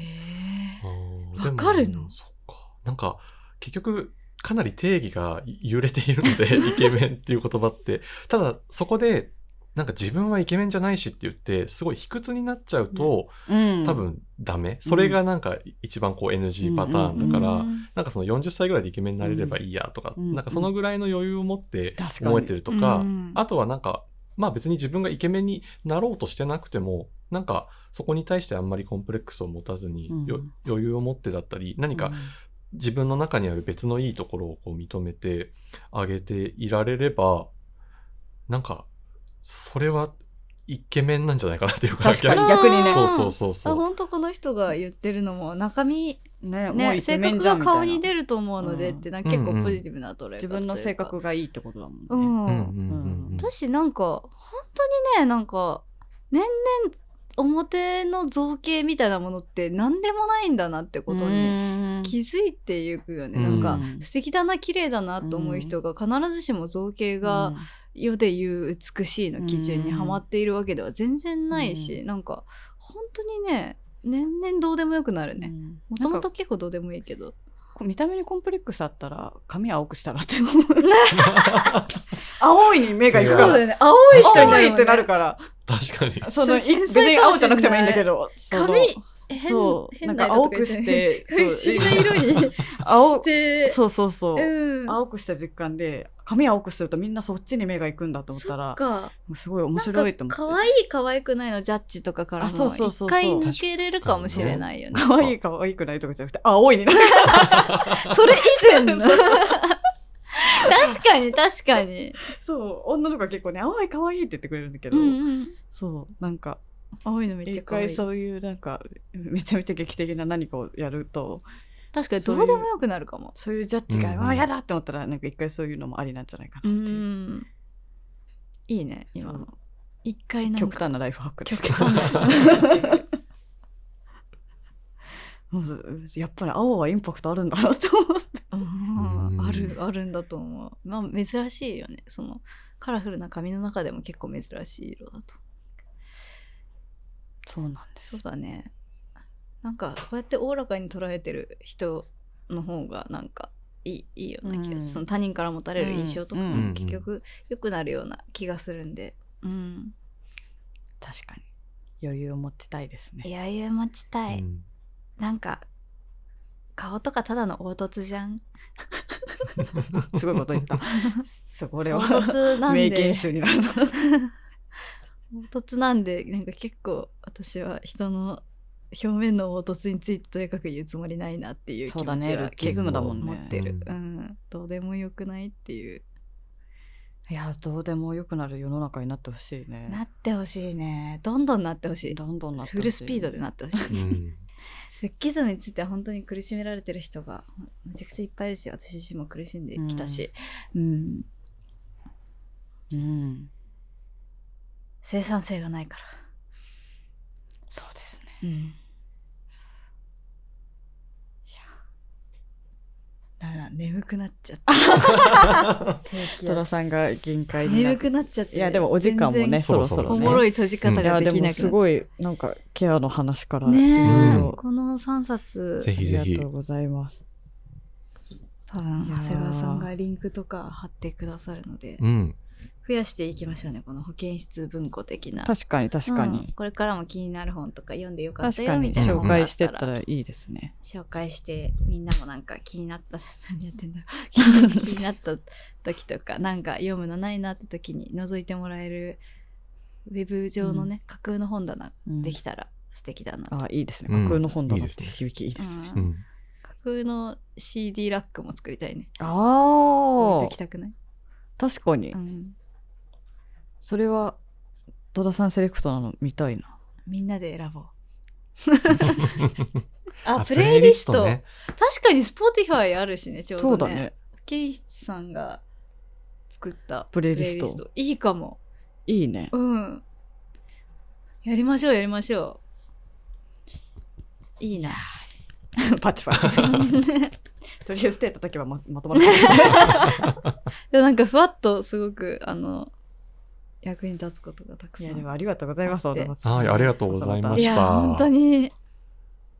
S3: あー
S1: わかるの
S3: でもそっか。なんか、結局、かなり定義が揺れているので、イケメンっていう言葉って。ただ、そこで、なんか自分はイケメンじゃないしって言って、すごい卑屈になっちゃうと、
S2: うん
S3: 多分ダメ。それがなんか一番こう NG パター
S1: ー
S3: ンだから、
S1: うん
S3: なんかその40歳ぐらいでイケメンになれればいいやとか、
S2: うん
S3: なんかそのぐらいの余裕を持って
S2: 確かに
S3: 思えてるとか、
S1: うん
S3: あとはなんか、まあ別に自分がイケメンになろうとしてなくても、なんかそこに対してあんまりコンプレックスを持たずに、よ
S2: うん
S3: 余裕を持ってだったり、何か自分の中にある別のいいところをこう認めてあげていられれば、なんか、それはイケメンなんじゃないかなっていう
S2: 確かに
S1: あー
S2: 逆にね
S3: そうそうそう
S1: あ
S3: そう。
S1: 本当この人が言ってるのも中身、
S2: ねもう
S1: ね、
S2: イケ
S1: 性
S2: メン
S1: 格
S2: じゃ
S1: が
S2: んみ
S1: 顔
S2: たい
S1: に
S2: な
S1: 出ると思うのでってな、
S3: うん
S1: 結構ポジティブな捉え方
S2: 自分の性格
S1: が、
S2: がいいってことだもんね、
S1: うん
S3: うんうんうんうん
S1: 私なんか本当にねなんか年々表の造形みたいなものって何でもないんだなってことに気づいていくよね、
S3: うん
S1: なん
S2: うん
S1: か素敵だな綺麗だなと思う人が必ずしも造形
S2: う
S1: が
S2: ん
S1: 世で言う美しいの基準にはまっているわけでは全然ないし、
S2: う
S1: なんか本当にね年々どうでもよくなるねもと
S2: な
S1: も
S2: んか
S1: と結構どうでもいいけど
S2: こう見た目にコンプレックスあったら髪青くしたらって思う
S1: [LAUGHS]
S2: 青いに目がい
S3: そ
S2: く
S3: う
S2: から
S1: だよね青い人に
S2: 青
S1: なる
S2: い
S1: も
S2: っ
S1: ん
S2: て
S1: ね
S2: なるから
S3: 確かに。
S2: そのい
S1: それ天
S2: 別
S1: 才
S2: に青じゃなくてもいいんだけどその
S1: 髪変
S2: そうな
S1: 変
S2: んか
S1: 色
S2: 青
S1: と言
S2: く
S1: って
S2: して
S1: [LAUGHS] 不思議な色にし
S2: [LAUGHS] 青
S1: て
S2: そうそうそう、
S1: うん
S2: 青くした実感で髪青くするとみんなそっちに目が行くんだと思っ
S1: そ
S2: た
S1: っ
S2: ら
S1: か
S2: もうすごい面
S1: なん
S2: 白いと
S1: か
S2: 思って
S1: 可愛い可愛くないのジャッジとかから
S2: あそ
S1: も
S2: うそうそ
S1: 一
S2: うそう
S1: 回抜けれるかもしれないよね
S2: 可愛い [LAUGHS] 可愛くないとかじゃなくて青いになる
S1: それ以
S2: [LAUGHS]
S1: 前の確かに確かに、
S2: そう女の子は結構ね青い可愛いって言ってくれるんだけ
S1: う
S2: ど、
S1: んうん、
S2: そうなんか
S1: 青いのめっち
S2: 一
S1: ゃ可愛
S2: 回
S1: い
S2: そういうなんか [LAUGHS] めちゃめちゃ劇的な何かをやると
S1: 確かに
S2: そ
S1: ど
S2: ういう
S1: うでもよくなるかも
S2: そういうジャッジが、
S3: うん
S2: わあやだって思ったらなんか一回そういうのもありなんじゃないか
S1: う
S2: なっていう、
S1: んいいね今
S2: そ
S1: の
S2: う
S1: 一回なん
S2: 極
S1: か
S2: 端なライフハックです
S1: 極
S2: けど
S1: 端な
S2: [LAUGHS] もうやっぱり青はインパクトあるんだなって思う
S1: うん
S3: うん
S1: あるあるんだと思うまあ珍しいよねそのカラフルな髪の中でも結構珍しい色だと
S2: そうなんです
S1: そうだねなんかこうやっておおらかに捉えてる人の方がなんかいいいいような気が、
S2: うん
S1: その他人から持たれる印象とか
S2: うん
S3: うん
S1: も結局良くなるような気がするんで、うん、
S2: 確かに余裕を持ちたいですね
S4: いやいや持ちたい、
S3: うん
S4: なんか顔とかただの凹凸じゃん
S2: すごいこと
S1: [LAUGHS]
S2: 言ったそうこれは
S1: 凹凸なん
S2: 名
S1: で
S2: 言集になるな
S1: 凹凸なんでなんか結構私は人の表面の凹凸についてとやかく言うつもりないなっていう気
S2: そう
S1: 持
S2: だ
S1: ち
S2: ねル
S1: は
S2: ッキ
S1: 結
S2: ズムだも
S1: 構
S2: ん
S1: 持
S2: ね
S1: ってる、
S3: う
S1: うんん、どうでもよくないっていう
S2: いやどうでもよくなる世の中になってほしいね
S1: なってほしいねどんどんなってほしい
S2: どんどんなってほしい
S1: フルスピードでなってほしい
S3: うん
S1: ルッキズムについては本当に苦しめられてる人がめちゃくちゃいっぱいいるし私自身も苦しんできたし、うん
S2: うん
S1: 生産性がないか
S2: そうですね
S1: ら、うん、
S2: いや
S1: ダメだ眠くなっちゃった
S2: [LAUGHS]
S1: [LAUGHS] 低気
S2: 戸田
S1: 圧
S2: さんが限界にな
S1: 眠
S2: って
S1: くなっちゃって
S2: いやでもお時間も
S1: 全
S2: ね
S1: 然
S2: そろそ
S3: そろ
S2: ろ
S1: お
S2: ね
S1: もろい閉じ方
S2: いや
S1: がで
S2: で
S1: きなくな
S2: も
S1: っち
S2: す
S1: ゃっ
S2: ごいなんかケアの話から
S1: たねえ、
S3: うん
S1: この3冊
S3: ぜひぜ
S2: あり
S3: ひ
S2: がとう。ございます
S1: 多分
S2: いやー
S1: 長谷川さんがリンクとか貼ってくださるので
S3: うん。
S1: 増やしていきましょうねこの保健室文庫的な
S2: 確かに確かに、
S1: うんこれからも気になる本とか読んでよかった
S2: 確か
S1: よ
S2: に
S1: みたいな
S2: 紹
S1: 本があ
S2: 介してったらいいですね
S1: 紹介してみんなもなんか気にな
S2: [LAUGHS]
S1: った何やってんだ気になった時とかなんか読むのないなって時に覗いてもらえるウェブ上のね、架空の本棚
S2: うん
S1: できたら素敵だなと、
S2: あいいですね
S3: うん
S2: 架空の本だ
S3: い
S2: ないっ
S3: です
S2: て
S3: ね
S2: 響きいいですね、
S1: うん
S3: うん。
S1: 架空の CD ラックも作りたいね
S2: あ
S1: 覗
S2: あ
S1: きたくない、
S2: 確かに、
S1: うん、
S2: それは戸田さんセレクトなの見たいな [LAUGHS]
S1: みんなで選ぼうあ、プレイリスト。
S3: ね
S1: 確かに Spotify あるしね、ちょうど、
S2: そ
S1: ね。
S2: うだね
S1: ケイシツさんが作った
S2: プレイリスト
S1: いいかも。
S2: い
S1: [LAUGHS]
S2: いね
S1: うん。やりましょう、やりましょう。いいな。
S2: [LAUGHS] パチパチとりあえず手叩けばままとまる
S1: でもなんかふわっとすごく、あの、役に立つことがたく
S2: [LAUGHS] い
S1: さん。
S2: やでもありがとうございます
S1: あって
S2: 小田さん
S3: はい、ありがとうございま
S1: い
S3: し
S1: や
S3: た。
S1: 本当に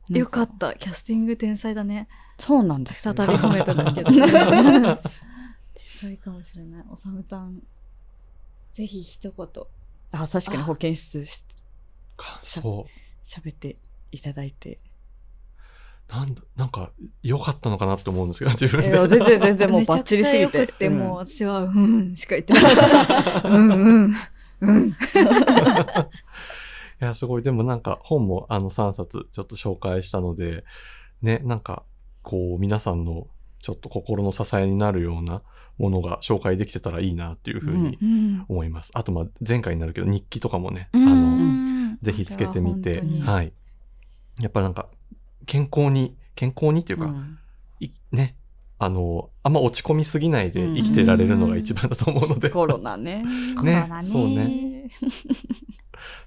S2: なん
S1: よかった。キャスティング天才だね。
S2: そうなんです
S1: 再
S2: よ
S1: び褒めただけど。 [LAUGHS] 天才かもしれない。おさむたん、ぜひ一言。
S2: あ確かに保健室し
S3: 感想。
S2: 喋っていただいて
S3: なんだ、なんか、良かったのかなって思うんですけど、自分
S2: い
S3: で。
S2: や全然全然もうバッチリす
S1: めち
S2: ぎ
S1: ゃくちゃ
S2: て
S1: よくって、
S2: うん
S1: もう私は、うん、しか言ってない。うん、うん、うん。
S3: いや、すごい。でもなんか、本もあの3冊ちょっと紹介したので、ね、なんか、こう、皆さんのちょっと心の支えになるようなものが紹介できてたらいいなっていうふうに
S1: うん。
S3: 思います。あと、まあ、前回になるけど、日記とかもね、あ
S1: う
S3: の、
S1: ん
S3: ぜひつけてみて
S1: これは本当に、
S3: はい。やっぱなんか、健康に、健康にっていうか、
S2: うん
S3: いね、あの、あんま落ち込みすぎないで生きてられるのが一番だと思うので、
S2: コロナね
S1: コロ
S3: ね
S1: ナ、
S3: そうね。
S1: ね。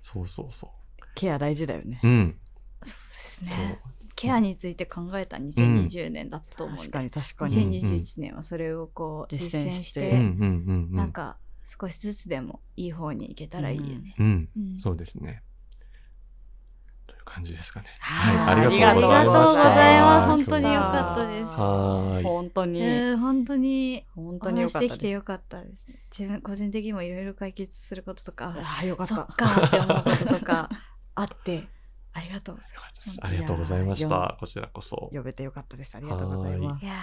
S3: そうそうそ
S2: ケア大事だよね
S3: う。うん。
S1: そうです
S3: そう
S1: ね。ケアについて考えた2020年だったと思うん
S2: 確
S1: で
S2: か、に確かに
S1: 2021年はそれをこう実
S2: 実践
S1: 践
S2: し
S1: して
S3: うんう
S1: て、
S3: んうんうん。
S1: なんか少しずつでもいい方に行けたらいいよね。
S3: うん、
S1: うん
S3: そうですね。という感じですかね。
S2: はい
S3: ありがとうござ
S1: あ
S3: いました
S1: りがとうございます。本当に良かったです。
S3: はーい。
S2: 本当に、
S1: えー本当に
S2: 本
S1: お
S2: 当に良
S1: 話
S2: かっ
S1: で
S2: た
S1: き
S2: で
S1: て
S2: す。
S1: よかったです。自分個人的にもいろいろ解決することとか、
S2: ああよか
S1: あ
S2: った。
S1: そっかって思うことと
S2: [LAUGHS]
S1: かあって、ありがとうございます。
S3: ありがとうございまし
S2: いや
S3: た。こちらこそ。
S2: 呼べてよかったです。ありがとうございます
S1: い。やー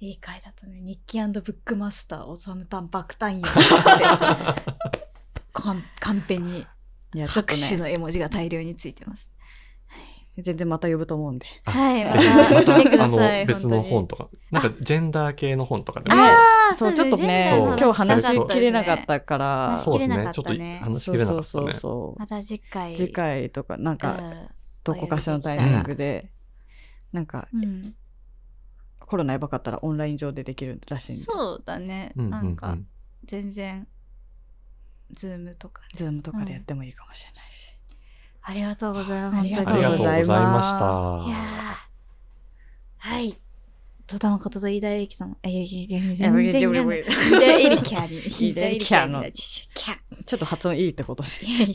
S1: いい回だったね。日記ブックマスター、おさむたん、爆誕よって、
S2: [LAUGHS]
S1: カンカンペに
S2: いやちょっと
S1: 拍手
S2: ね
S1: の絵文字が大量についてます。
S2: 全然また呼ぶと思うんで。
S3: あ
S1: はい、
S3: ぜひ
S1: また来てくださ
S3: あの
S1: い。
S3: 別の本とか、なんかジェンダー系の本とかでも、
S2: ね
S1: ああ、
S2: そうちょっとね
S3: そ
S2: 今
S3: う
S2: 日話
S3: したか
S2: し
S3: った
S2: きれなかっ
S1: ね。
S2: たから。
S1: 話し
S3: そう
S1: きれ
S3: です
S1: なか
S3: ね
S1: っ。
S3: ちょったと
S1: ね
S3: 話し
S2: そ
S3: きれ
S2: う
S3: なか
S2: そう
S3: っ
S2: そ
S3: た
S2: う
S3: ね。
S2: そう。
S1: また次回。
S2: 次回とかなんかどこかしらのタイミングで。なんか
S1: うん、うん
S2: コロナやばかったらオンライン上でできるらしいんで、
S1: そうだね。
S3: うんうんうん
S1: なんか、全然、ズームとかで。
S2: ズームとかでやってもいいかもしれないし。
S1: ありがとうございます。
S2: ありが
S1: 本当
S3: あ
S1: に
S3: りがとうござい
S1: い
S3: ま
S1: や
S3: し
S1: ーはい。戸田誠と飯田エリキさん。え、いやいやいや、
S2: や
S1: 全然いらない。飯田エリキャーに。
S2: 飯
S1: 飯
S2: 田
S1: 田
S2: エ
S1: エリ
S2: リキ
S1: キ
S2: ャ
S1: ャ
S2: ー
S1: ー
S2: の
S1: の。キャー。
S2: ちょっと発音いいってことで。
S1: いやいや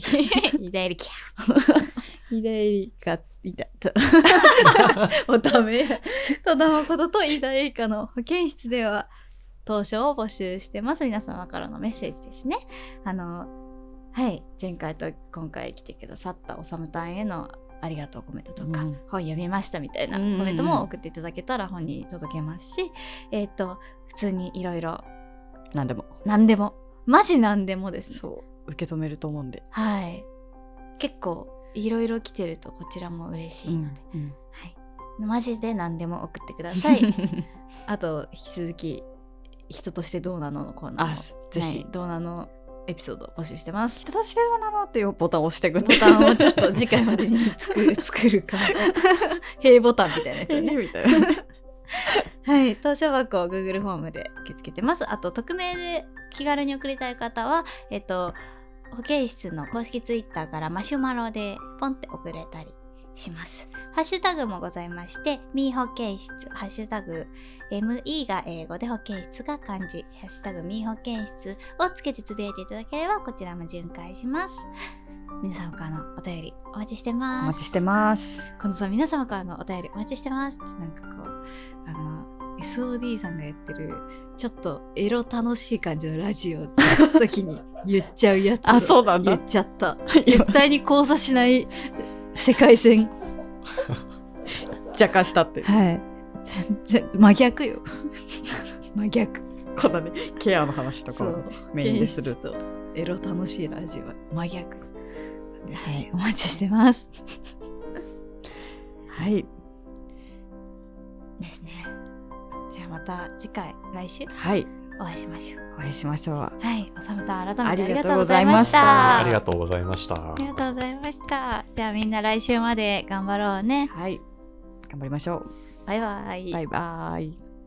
S1: 飯田エリキャー。飯田エリカ、いた、
S2: [LAUGHS]
S1: と。おため。戸田誠と飯田エリカの保健室では、当初を募集してます。皆様からのメッセージですね。あの、はい。前回と今回来てくださったおさむたんへのありがとうコメントとか、
S2: うん
S1: 本読みましたみたいな
S2: う
S1: コ
S2: んうんうん
S1: メントも送っていただけたら本に届けますし、えっ、と、普通にいろいろ
S2: なんでも。
S1: 何でも、マジ何でもですね。
S2: そう受け止めると思うんで。
S1: はい。結構いろいろ来てるとこちらも嬉しいので、
S2: [LAUGHS] うん
S1: マジで何でも送ってください。
S2: [LAUGHS]
S1: あと引き続き人としてどうなののコーナー
S2: あ
S1: も
S2: ぜ
S1: は
S2: ひ
S1: い。どうなのエピソード募集してます。
S2: 人としてはなのっていうボタンを押してく
S1: ボタンをちょっと次回までに作 [LAUGHS] る作るか、平ボタンみたいなやつよね。
S2: み [LAUGHS] たいな。
S1: はい、投書箱を Google フォームで受け付けてます。あと、匿名で気軽に送りたい方は、えっと、保健室の公式 Twitter からマシュマロでポンって送れたりします。ハッシュタグもございまして、ミー保健室、ハッシュタグ、ME が英語で保健室が漢字、ハッシュタグミー保健室をつけてつぶやいていただければ、こちらも巡回します。皆様からのお便りお待ちして
S2: お
S1: ます。
S2: 待ちしてます。
S1: 今度さ皆様からのお便りお待ちしてますなんかこうあの SOD さんがやってるちょっとエロ楽しい感じのラジオの時に言っちゃうやつを
S2: あ、そうなん
S1: 言
S2: だ
S1: っ。ちゃった
S2: 今
S1: [LAUGHS] 絶対に交差しない世界線
S2: 若干したっていう。
S1: はい全然真逆よ [LAUGHS] 真逆
S2: こんなね、ケアの話とかもメインでする。
S1: とエロ楽しいラジオは真逆はいお待ちしてます
S2: はい。
S1: ですねじゃあまた次回来週
S2: はい。
S1: おお会いしましょう。
S2: お会いしましょう。
S1: はい、おさむたん改めて
S2: あ
S1: あ
S2: り
S1: り
S2: が
S1: が
S2: と
S1: とう
S2: うご
S1: ご
S2: ざ
S1: ざ
S2: い
S1: い
S2: ま
S1: ま
S2: し
S1: したた。
S3: ありがとうございました
S1: ありがとうございました。じゃあみんな来週まで頑張ろうね。
S2: はい。頑張りましょ
S1: バイバイ。
S2: う。バイバイ。